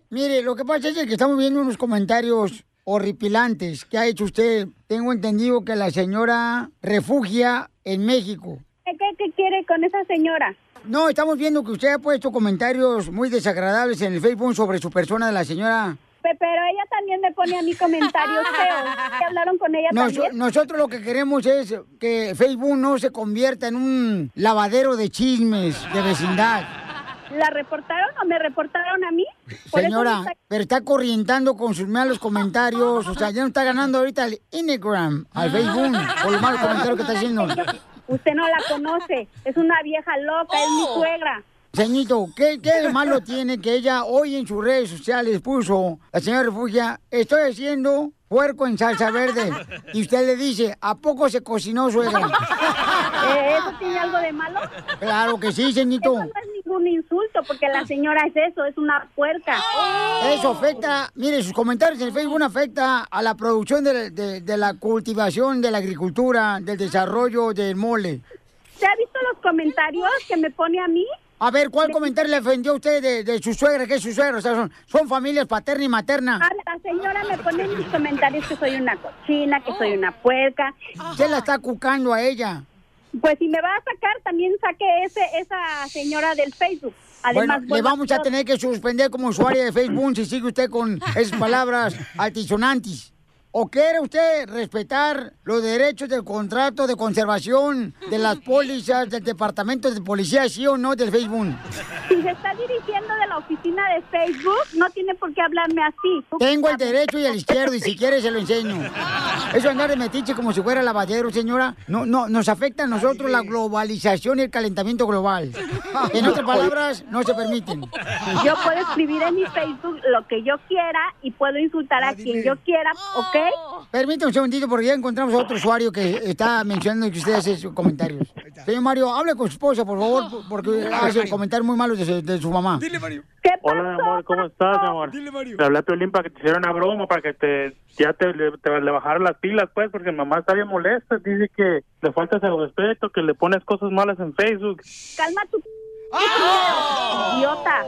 [SPEAKER 2] Mire, lo que pasa es que estamos viendo unos comentarios horripilantes que ha hecho usted. Tengo entendido que la señora refugia en México.
[SPEAKER 19] ¿Qué, qué quiere con esa señora?
[SPEAKER 2] No, estamos viendo que usted ha puesto comentarios muy desagradables en el Facebook sobre su persona de la señora.
[SPEAKER 19] Pe- Pero ella también me pone a mí comentarios feos. ¿Qué hablaron con ella
[SPEAKER 2] Nos-
[SPEAKER 19] también?
[SPEAKER 2] nosotros lo que queremos es que Facebook no se convierta en un lavadero de chismes de vecindad.
[SPEAKER 19] ¿La reportaron o me reportaron a mí? Por eso me
[SPEAKER 2] Señora,
[SPEAKER 19] está-
[SPEAKER 2] pero está corrientando con sus malos comentarios. O sea, ya no está ganando ahorita el Instagram, al Facebook, por los malos comentarios que está haciendo.
[SPEAKER 19] Ah. Usted no la conoce. Es una vieja loca, es mi suegra.
[SPEAKER 2] Señito, ¿qué, ¿qué de malo tiene que ella hoy en sus redes sociales puso, la señora Refugia, estoy haciendo puerco en salsa verde? Y usted le dice, ¿a poco se cocinó, suegra?
[SPEAKER 19] Eh, ¿Eso tiene algo de malo?
[SPEAKER 2] Claro que sí, señito.
[SPEAKER 19] No es ningún insulto, porque la señora es eso, es una puerca.
[SPEAKER 2] Oh. Eso afecta, mire, sus comentarios en Facebook afecta a la producción de, de- de la cultivación, de la agricultura, del desarrollo del mole.
[SPEAKER 19] Ah. ¿Se ha visto los comentarios que me pone a mí?
[SPEAKER 2] A ver, ¿cuál comentario le ofendió a usted de, de su suegra? ¿Qué es su suegra? O sea, son, son familias paterna y materna.
[SPEAKER 19] Ah, La señora me pone en mis comentarios que soy una cochina, que soy una puerca.
[SPEAKER 2] ¿Qué la está cucando a ella?
[SPEAKER 19] Pues si me va a sacar, también saque ese, esa señora del Facebook. Además,
[SPEAKER 2] bueno, le vamos a tener que suspender como usuaria de Facebook si sigue usted con esas palabras altisonantes. ¿O quiere usted respetar los derechos del contrato de conservación de las pólizas del Departamento de Policía, sí o no, del Facebook?
[SPEAKER 19] Si se está dirigiendo de la oficina de Facebook, no tiene por qué hablarme así.
[SPEAKER 2] Tengo el derecho y el izquierdo, y si quiere se lo enseño. Eso andar de metiche como si fuera lavadero, señora. No, no, nos afecta a nosotros la globalización y el calentamiento global. En otras palabras, no se permiten.
[SPEAKER 19] Yo puedo escribir en mi Facebook lo que yo quiera y puedo insultar a quien yo quiera, ¿ok?
[SPEAKER 2] Oh. Permítame un segundito porque ya encontramos a otro usuario que está mencionando que usted hace sus comentarios. Señor Mario, hable con su esposa, por
[SPEAKER 19] Oh.
[SPEAKER 2] favor, porque hace comentarios muy malos de su, de su mamá.
[SPEAKER 20] Hola, amor, ¿cómo estás, amor? Te hablé a Piolín para que te hiciera una broma, para que te ya te, le, te- le bajaran las pilas, pues, porque mamá está bien molesta. Dice que le faltas el respeto, que le pones cosas malas en Facebook.
[SPEAKER 19] Calma tu... Idiota.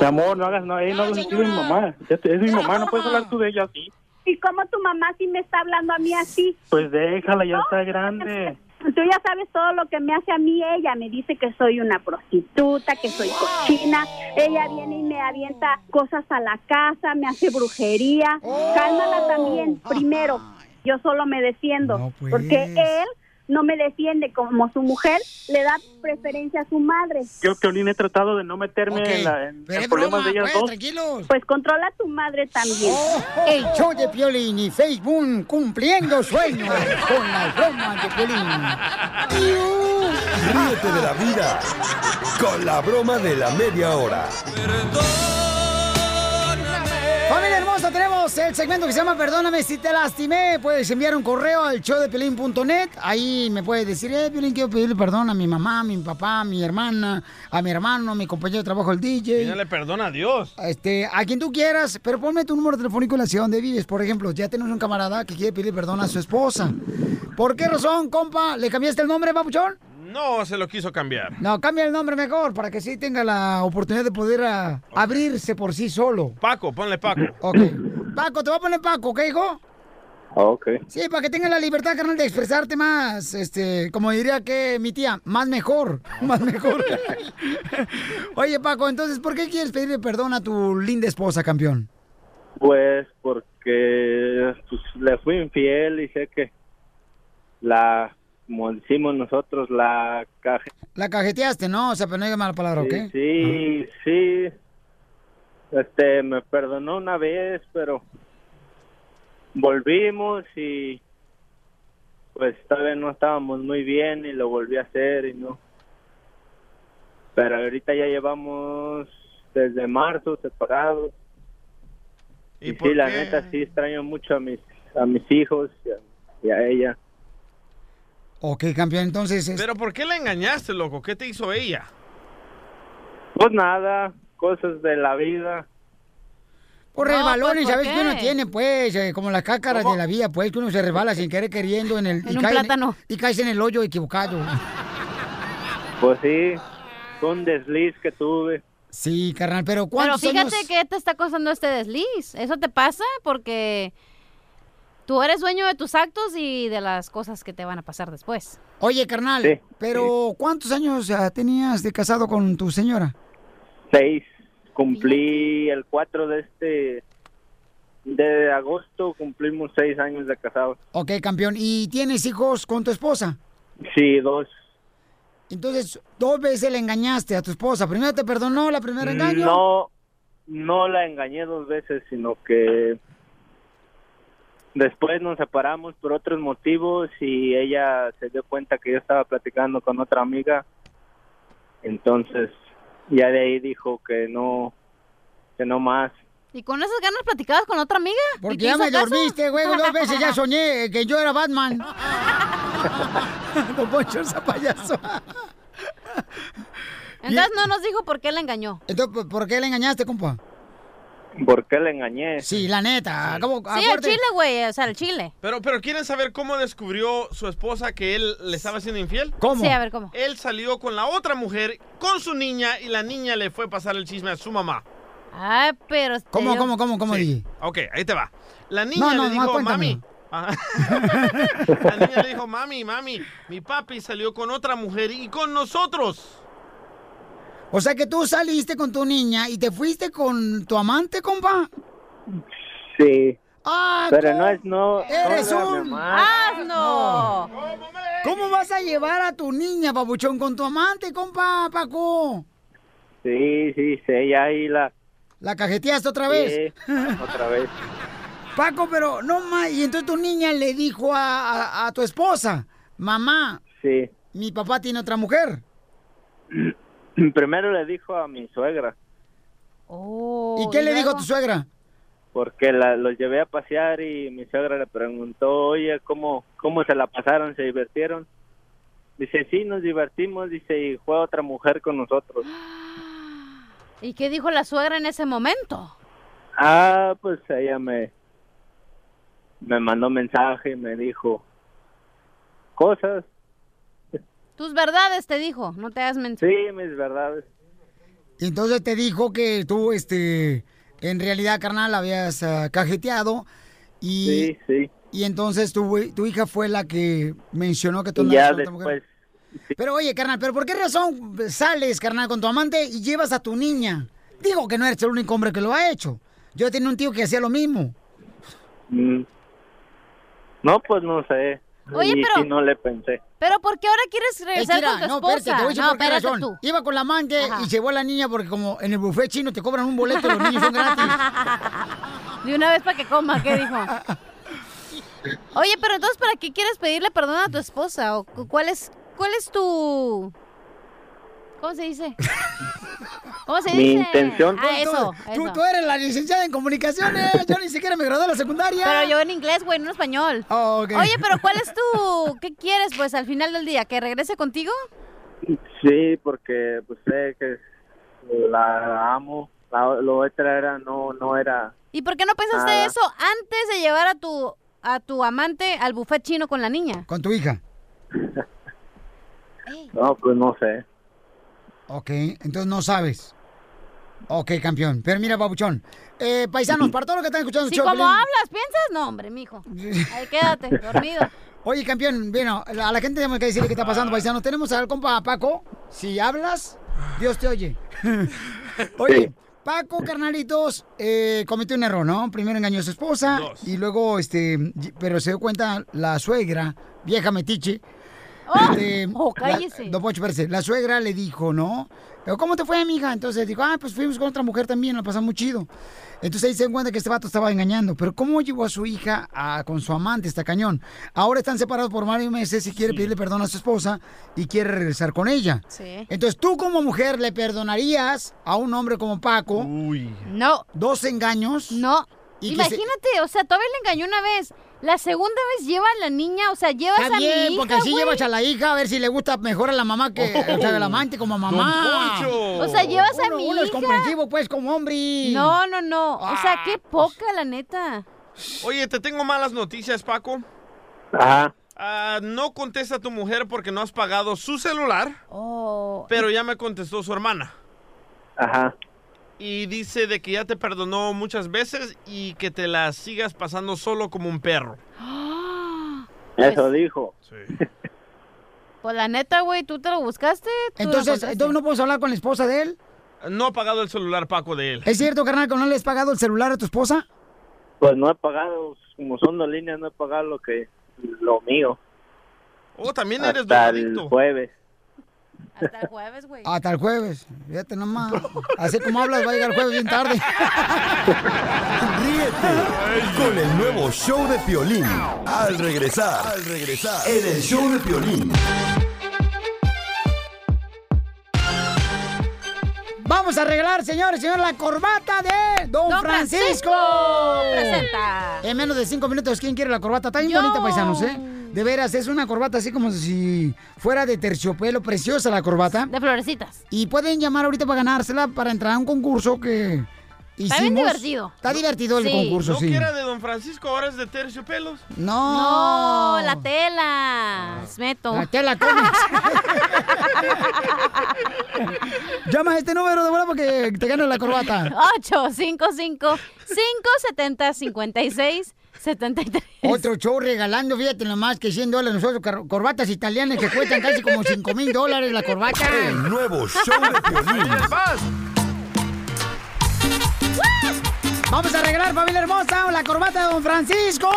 [SPEAKER 20] Mi amor, no hagas, no, ey, no hagas así de mi mamá. Ya te- es mi mamá, no puedes hablar tú de ella así.
[SPEAKER 19] ¿Y cómo tu mamá sí me está hablando a mí así?
[SPEAKER 20] Pues déjala, ya está grande.
[SPEAKER 19] Tú ya sabes todo lo que me hace a mí ella. Me dice que soy una prostituta, que soy cochina. Ella viene y me avienta cosas a la casa, me hace brujería. Cálmala también, primero. Yo solo me defiendo. Porque él no me defiende como su mujer, le da preferencia a su madre.
[SPEAKER 20] Yo, Piolín, he tratado de no meterme en, la- en los problemas de ellas dos.
[SPEAKER 19] Pues controla a tu madre también.
[SPEAKER 2] Oh. El show de Piolín y Facebook cumpliendo sueños con las bromas de Piolín.
[SPEAKER 8] Ríete de la vida con la broma de la media hora.
[SPEAKER 2] Familia hermosa, tenemos el segmento que se llama Perdóname si te lastimé. Puedes enviar un correo al showdepelín.net. Ahí me puedes decir, eh, Piolín, quiero pedirle perdón a mi mamá, a mi papá, a mi hermana, a mi hermano, a mi compañero de trabajo, el DJ.
[SPEAKER 3] Y no le perdona a Dios.
[SPEAKER 2] Este, a quien tú quieras, pero ponme tu número telefónico en la ciudad donde vives. Por ejemplo, ya tenemos un camarada que quiere pedirle perdón a su esposa. ¿Por qué razón, compa? ¿Le cambiaste el nombre, papuchón?
[SPEAKER 3] No se lo quiso cambiar.
[SPEAKER 2] No, cambia el nombre mejor para que sí tenga la oportunidad de poder ah, abrirse por sí solo.
[SPEAKER 3] Paco, ponle Paco.
[SPEAKER 2] Paco, te voy a poner Paco, ¿qué, hijo?
[SPEAKER 21] Ok.
[SPEAKER 2] Sí, para que tengan la libertad, carnal, de expresarte más, este, como diría que mi tía, más mejor, más mejor. Oye, Paco, entonces, ¿por qué quieres pedirle perdón a tu linda esposa, campeón?
[SPEAKER 21] Pues porque pues, le fui infiel y sé que la, como decimos nosotros, la caja.
[SPEAKER 2] La cajeteaste, ¿no? O sea, pero no diga mala palabra, ¿ok?
[SPEAKER 21] Sí, sí, sí. Este, me perdonó una vez, pero volvimos y pues tal vez no estábamos muy bien y lo volví a hacer y no. Pero ahorita ya llevamos desde marzo separados. Y, sí, la neta sí extraño mucho a mis a mis hijos y a, y a ella.
[SPEAKER 2] Ok, campeón, entonces... es-
[SPEAKER 3] Pero ¿por qué la engañaste, loco? ¿Qué te hizo ella?
[SPEAKER 21] Pues nada, cosas de la vida.
[SPEAKER 2] Por
[SPEAKER 3] No,
[SPEAKER 2] resbalones,
[SPEAKER 3] pues, ¿por
[SPEAKER 2] ¿sabes? Que uno
[SPEAKER 3] qué?
[SPEAKER 2] tiene, pues, eh, como las cácaras de la vida, pues, que uno se resbala sin querer queriendo en el...
[SPEAKER 6] En un
[SPEAKER 2] plátano. y caes en el hoyo equivocado.
[SPEAKER 21] Pues sí, fue un desliz que tuve.
[SPEAKER 2] Sí, carnal, pero
[SPEAKER 6] Pero
[SPEAKER 2] ¿cuántos
[SPEAKER 6] fíjate
[SPEAKER 2] años?
[SPEAKER 6] que te está costando este desliz. Eso te pasa porque tú eres dueño de tus actos y de las cosas que te van a pasar después.
[SPEAKER 2] Oye, carnal,
[SPEAKER 6] Sí,
[SPEAKER 2] pero ¿cuántos años ah, tenías de casado con tu señora?
[SPEAKER 21] Seis, cumplí el 4 de este, de agosto cumplimos seis años de casados.
[SPEAKER 2] Ok, campeón, ¿y tienes hijos con tu esposa?
[SPEAKER 21] Sí, dos.
[SPEAKER 2] Entonces, dos veces le engañaste a tu esposa. Primero te perdonó la primera engaño.
[SPEAKER 21] No, no la engañé dos veces, sino que después nos separamos por otros motivos y ella se dio cuenta que yo estaba platicando con otra amiga. Entonces, ya de ahí dijo que no, que no más.
[SPEAKER 6] ¿Y con esas ganas platicabas con otra amiga? ¿Y
[SPEAKER 2] Porque
[SPEAKER 6] te
[SPEAKER 2] ya
[SPEAKER 6] hizo
[SPEAKER 2] me
[SPEAKER 6] caso?
[SPEAKER 2] dormiste, güey. Dos veces ya soñé que yo era Batman. Don Poncho, esa payaso.
[SPEAKER 6] Entonces no nos dijo por qué la engañó.
[SPEAKER 2] Entonces, ¿por- ¿por qué le engañaste, compa?
[SPEAKER 21] ¿Por qué la engañé?
[SPEAKER 2] Sí, la neta. ¿cómo-
[SPEAKER 6] Sí, el
[SPEAKER 2] aparte-
[SPEAKER 6] chile, güey, o sea, el chile.
[SPEAKER 3] Pero, pero ¿quieren saber cómo descubrió su esposa que él le estaba siendo infiel?
[SPEAKER 2] ¿Cómo? Sí, a
[SPEAKER 6] ver, ¿cómo?
[SPEAKER 3] Él salió con la otra mujer, con su niña, y la niña le fue a pasar el chisme a su mamá.
[SPEAKER 6] Ay, pero... este te
[SPEAKER 3] ¿Cómo,
[SPEAKER 6] digo-
[SPEAKER 3] cómo, cómo, cómo,
[SPEAKER 2] Sí.
[SPEAKER 3] Ok, ahí te va. La
[SPEAKER 2] No,
[SPEAKER 3] niña
[SPEAKER 2] no,
[SPEAKER 3] le
[SPEAKER 2] no,
[SPEAKER 3] dijo,
[SPEAKER 2] cuéntame.
[SPEAKER 3] mami... Ajá. la niña le dijo, mami, mami, mi papi salió con otra mujer y con nosotros.
[SPEAKER 2] O sea que tú saliste con tu niña y te fuiste con tu amante, compa.
[SPEAKER 21] Sí.
[SPEAKER 2] Ah,
[SPEAKER 21] Pero
[SPEAKER 2] tú
[SPEAKER 21] no es no.
[SPEAKER 2] Eres
[SPEAKER 21] no, mi
[SPEAKER 2] un
[SPEAKER 21] mamá.
[SPEAKER 6] Ah, asno.
[SPEAKER 2] ¿Cómo vas a llevar a tu niña, papuchón, con tu amante, compa, Paco?
[SPEAKER 21] Sí, sí, sí, ya ahí la.
[SPEAKER 2] La cajeteaste otra vez.
[SPEAKER 21] Sí, otra vez.
[SPEAKER 2] Paco, pero no más. Y entonces tu niña le dijo a, a- a tu esposa, mamá,
[SPEAKER 21] Sí.
[SPEAKER 2] mi papá tiene otra mujer.
[SPEAKER 21] Primero le dijo a mi suegra.
[SPEAKER 2] ¿Y qué le dijo a tu suegra?
[SPEAKER 21] porque la, los llevé a pasear y mi suegra le preguntó, oye, ¿cómo, ¿cómo se la pasaron? ¿Se divirtieron? Dice, sí, nos divertimos, dice, y fue otra mujer con nosotros.
[SPEAKER 6] ¿Y qué dijo la suegra en ese momento?
[SPEAKER 21] Ah, pues ella me, me mandó mensaje y me dijo cosas,
[SPEAKER 6] Tus verdades te dijo, no te hagas mentir.
[SPEAKER 21] sí, mis verdades.
[SPEAKER 2] Y entonces te dijo que tú, este, en realidad, carnal, habías ah, cajeteado. Y,
[SPEAKER 21] Sí, sí.
[SPEAKER 2] Y entonces tu, tu hija fue la que mencionó que tú
[SPEAKER 21] Y ya
[SPEAKER 2] andabas con otra mujer.
[SPEAKER 21] después,
[SPEAKER 2] Pero oye, carnal, ¿pero por qué razón sales, carnal, con tu amante y llevas a tu niña? Digo que no eres el único hombre que lo ha hecho. Yo tenía un tío que hacía lo mismo.
[SPEAKER 21] mm, no, pues no sé.
[SPEAKER 6] Oye,
[SPEAKER 21] y,
[SPEAKER 6] pero-
[SPEAKER 21] y no le pensé.
[SPEAKER 6] Pero ¿por qué ahora quieres regresar
[SPEAKER 2] Mira,
[SPEAKER 6] con tu
[SPEAKER 2] no,
[SPEAKER 6] esposa?
[SPEAKER 2] espérate, te voy a decir por qué
[SPEAKER 6] espérate
[SPEAKER 2] razón.
[SPEAKER 6] tú.
[SPEAKER 2] Iba con la amante
[SPEAKER 6] Ah.
[SPEAKER 2] y llevó a la niña porque como en el buffet chino te cobran un boleto y los niños son gratis.
[SPEAKER 6] De una vez para que coma, ¿qué dijo? Oye, pero entonces, ¿para qué quieres pedirle perdón a tu esposa? ¿O cu- cuál es, cuál es tu... ¿Cómo se dice? ¿Cómo se
[SPEAKER 21] Mi
[SPEAKER 6] dice?
[SPEAKER 21] intención.
[SPEAKER 6] Ah, eso,
[SPEAKER 2] tú, tú-
[SPEAKER 6] eso.
[SPEAKER 2] tú eres la licenciada en comunicaciones. Yo ni siquiera me gradué de la secundaria. Oh,
[SPEAKER 6] Pero yo en inglés, güey, no en español. Oye, pero ¿cuál es tu... ¿Qué quieres, pues, al final del día? ¿Que regrese contigo?
[SPEAKER 21] Sí, porque pues sé que la amo. La, la otra era no no era.
[SPEAKER 6] ¿Y por qué no pensaste
[SPEAKER 21] Nada.
[SPEAKER 6] eso antes de llevar a tu, a tu amante al buffet chino con la niña?
[SPEAKER 2] Con tu hija.
[SPEAKER 21] No, pues no sé.
[SPEAKER 2] Ok, entonces no sabes. Ok, campeón. Pero mira, papuchón. Eh, paisanos, para todos los que están escuchando el
[SPEAKER 6] Si
[SPEAKER 2] show,
[SPEAKER 6] como
[SPEAKER 2] Piolín-
[SPEAKER 6] hablas, piensas, no, hombre, mijo. Ahí quédate, dormido.
[SPEAKER 2] Oye, campeón, bueno, a la gente tenemos que decirle qué está pasando, paisano. Tenemos al compa Paco. Si hablas, Dios te oye. Oye, Paco, carnalitos, eh, cometió un error, ¿no? Primero engañó a su esposa y luego, este, y- pero se dio cuenta la suegra, vieja metiche.
[SPEAKER 6] ¡Oh!
[SPEAKER 2] este,
[SPEAKER 6] ¡Oh,
[SPEAKER 2] la-
[SPEAKER 6] cállese!
[SPEAKER 2] don Poncho, espérese, la suegra le dijo, ¿no? Pero, ¿Cómo te fue, amiga? Entonces dijo, ah, pues fuimos con otra mujer también, la pasamos chido. Entonces ahí se dan cuenta que este vato estaba engañando. Pero ¿cómo llevó a su hija a- con su amante? Está cañón. Ahora están separados por varios meses y quiere pedirle perdón a su esposa y quiere regresar con ella.
[SPEAKER 6] Sí.
[SPEAKER 2] Entonces tú como mujer le perdonarías a un hombre como Paco.
[SPEAKER 6] No.
[SPEAKER 2] Dos engaños.
[SPEAKER 6] No.
[SPEAKER 2] Y que se-
[SPEAKER 6] Imagínate, o sea, todavía le engañó una vez. La segunda vez lleva a la niña, o sea, llevas
[SPEAKER 2] Está
[SPEAKER 6] a
[SPEAKER 2] bien,
[SPEAKER 6] mi hija,
[SPEAKER 2] porque así
[SPEAKER 6] güey.
[SPEAKER 2] llevas a la hija a ver si le gusta mejor a la mamá que
[SPEAKER 6] Oh.
[SPEAKER 2] o sea, a la amante como a
[SPEAKER 6] Don
[SPEAKER 2] mamá.
[SPEAKER 6] Poncho. O sea, llevas a
[SPEAKER 2] Uno-
[SPEAKER 6] mi
[SPEAKER 2] uno es
[SPEAKER 6] hija.
[SPEAKER 2] comprensivo, pues, como hombre. Ah, pues.
[SPEAKER 6] No, no, no. O sea, qué poca, la neta.
[SPEAKER 3] Oye, te tengo malas noticias, Paco.
[SPEAKER 14] Ajá.
[SPEAKER 3] Ah, no contesta tu mujer porque no has pagado su celular,
[SPEAKER 6] Oh.
[SPEAKER 3] pero ya me contestó su hermana.
[SPEAKER 14] Ajá.
[SPEAKER 3] Y dice de que ya te perdonó muchas veces y que te la sigas pasando solo como un perro.
[SPEAKER 14] Eso dijo.
[SPEAKER 6] Pues la neta, güey, tú te lo buscaste. tú lo
[SPEAKER 2] Entonces,
[SPEAKER 6] contaste.
[SPEAKER 2] ¿entonces no puedes hablar con la esposa de él?
[SPEAKER 3] No ha pagado el celular, Paco, de él.
[SPEAKER 2] ¿Es cierto, carnal, que no le has pagado el celular a tu esposa?
[SPEAKER 14] Pues no he pagado, como son dos líneas, no he pagado lo que lo mío.
[SPEAKER 3] Oh, también
[SPEAKER 14] eres Hasta el jueves.
[SPEAKER 2] Hasta el jueves. Fíjate nomás. Así como hablas, va a llegar el jueves bien tarde.
[SPEAKER 8] Ríete con el nuevo show de Piolín. Al regresar, al regresar, en el show de Piolín.
[SPEAKER 2] Vamos a regalar, señores, señor, la corbata de Don,
[SPEAKER 6] Don
[SPEAKER 2] Francisco.
[SPEAKER 6] Francisco. Presenta.
[SPEAKER 2] En menos de cinco minutos, ¿quién quiere la corbata? Está bien
[SPEAKER 6] Yo.
[SPEAKER 2] bonita, paisanos, ¿eh? De veras, es una corbata así como si fuera de terciopelo, preciosa la corbata.
[SPEAKER 6] De florecitas.
[SPEAKER 2] Y pueden llamar ahorita para ganársela, para entrar a un concurso que hicimos.
[SPEAKER 6] Está bien divertido.
[SPEAKER 2] Está divertido el concurso,
[SPEAKER 3] no
[SPEAKER 2] sí.
[SPEAKER 3] que era de Don Francisco, ahora es de terciopelos.
[SPEAKER 2] No.
[SPEAKER 6] No, la tela. Smeto.
[SPEAKER 2] La tela, Comex. Llama a este número de bola porque te gana la corbata.
[SPEAKER 6] 855-570-5673.
[SPEAKER 2] Otro show regalando, fíjate nomás que 100 dólares nosotros, cor- corbatas italianas que cuestan casi como 5 mil dólares la corbata.
[SPEAKER 8] El nuevo show de Piolín.
[SPEAKER 2] Vamos a regalar, familia hermosa, la corbata de Don Francisco.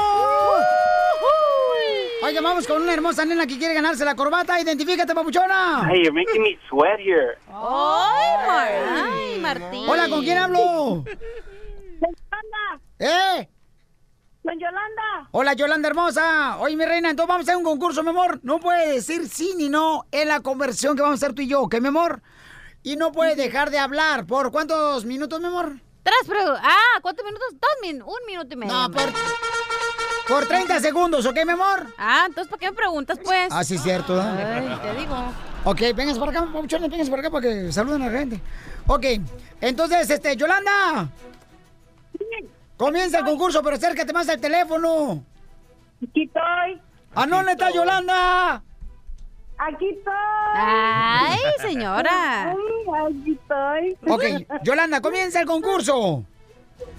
[SPEAKER 2] Oiga, vamos con una hermosa nena que quiere ganarse la corbata. Identifícate, papuchona.
[SPEAKER 21] Hey, you're making me sweat here.
[SPEAKER 6] Ay, Martín.
[SPEAKER 2] Hola, ¿con quién hablo? ¿Eh?
[SPEAKER 21] Con Yolanda.
[SPEAKER 2] Hola, Yolanda hermosa. Oye, mi reina, entonces vamos a hacer un concurso, mi amor. No puede decir sí ni no en la conversión que vamos a hacer tú y yo, ¿ok, mi amor? Y no puede dejar de hablar. ¿Por cuántos minutos, mi amor?
[SPEAKER 6] Tres, pero... Ah, ¿cuántos minutos? Dos min... Un minuto y medio. No,
[SPEAKER 2] por... Por 30 segundos, ¿ok, mi amor?
[SPEAKER 6] Ah, entonces, ¿para qué me preguntas, pues?
[SPEAKER 2] Ah, sí, es cierto, ¿eh?
[SPEAKER 6] Ay, te digo.
[SPEAKER 2] Ok, vengas por acá, papuchones, vengas por acá para que saluden a la gente. Ok, entonces, este, Yolanda. Comienza el concurso, pero acércate más al teléfono.
[SPEAKER 21] Aquí estoy.
[SPEAKER 2] ¿A dónde está Yolanda?
[SPEAKER 21] Aquí estoy.
[SPEAKER 6] Ay, señora.
[SPEAKER 21] Ay, aquí estoy.
[SPEAKER 2] Ok, Yolanda, comienza el concurso.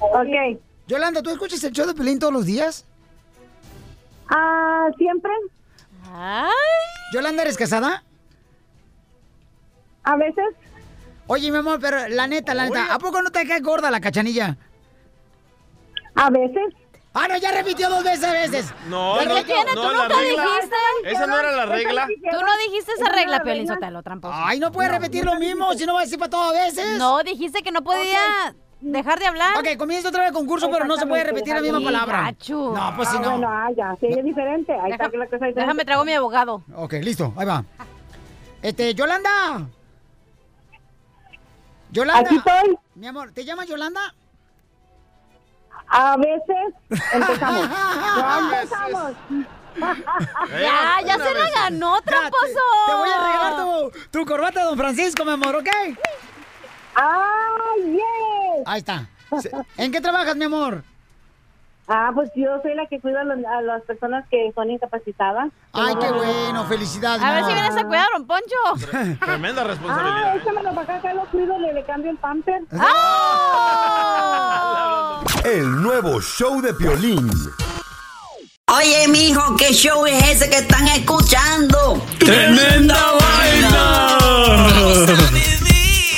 [SPEAKER 21] Ok.
[SPEAKER 2] Yolanda, ¿tú escuchas el show de Pelín todos los días?
[SPEAKER 21] Ah, siempre.
[SPEAKER 6] Ay.
[SPEAKER 2] Yolanda, ¿eres casada?
[SPEAKER 21] A veces.
[SPEAKER 2] Oye, mi amor, pero la neta, la neta, ¿a poco no te cae gorda la cachanilla?
[SPEAKER 21] A veces.
[SPEAKER 2] Ah, no, ya repitió dos veces a veces.
[SPEAKER 3] No,
[SPEAKER 2] ¿Pero
[SPEAKER 3] no,
[SPEAKER 2] qué tiene?
[SPEAKER 3] no,
[SPEAKER 2] Tú
[SPEAKER 3] no, la
[SPEAKER 2] nunca
[SPEAKER 3] regla-
[SPEAKER 2] dijiste.
[SPEAKER 3] Esa no era la regla.
[SPEAKER 6] Tú no dijiste esa
[SPEAKER 2] Esa
[SPEAKER 6] regla,
[SPEAKER 2] no era
[SPEAKER 6] Piolín
[SPEAKER 2] regla.
[SPEAKER 6] Sotelo, tramposo.
[SPEAKER 2] Ay, no puedes repetir lo mismo, si no vas a decir para todas veces.
[SPEAKER 6] No, dijiste que no podía dejar de hablar.
[SPEAKER 2] Ok, comienza otra vez el concurso, pero no se puede repetir la misma
[SPEAKER 6] Sí,
[SPEAKER 2] palabra.
[SPEAKER 6] gacho.
[SPEAKER 2] No, pues si
[SPEAKER 21] ah,
[SPEAKER 2] no.
[SPEAKER 21] Bueno, ah, ya. Sí, es diferente. Ahí está que la cosa es diferente.
[SPEAKER 6] Déjame trago a mi abogado.
[SPEAKER 2] Ok, listo, ahí va. Este, Yolanda. Yolanda.
[SPEAKER 21] Aquí estoy.
[SPEAKER 2] Mi amor, ¿te llamas Yolanda?
[SPEAKER 21] A veces empezamos. Ya empezamos.
[SPEAKER 6] Ya, ya se la ganó, tramposo.
[SPEAKER 2] Te voy a regalar tu, tu corbata, don Francisco, mi amor, ¿ok?
[SPEAKER 21] ¡Ay,
[SPEAKER 2] Ahí está. Se- ¿En qué trabajas, mi amor?
[SPEAKER 21] Ah, pues yo soy la que cuida a, los- a las personas que son incapacitadas.
[SPEAKER 2] Ay, qué bueno, felicidades. mi amor.
[SPEAKER 6] vienes a cuidar, don Poncho.
[SPEAKER 3] Ah. Tremenda responsabilidad.
[SPEAKER 21] Ah, échamelo para acá, acá lo cuido, le, le cambio el pamper.
[SPEAKER 8] El nuevo show de Piolín.
[SPEAKER 5] Oye, mijo, ¿qué show es ese que están escuchando?
[SPEAKER 8] ¡Tremenda
[SPEAKER 5] vaina!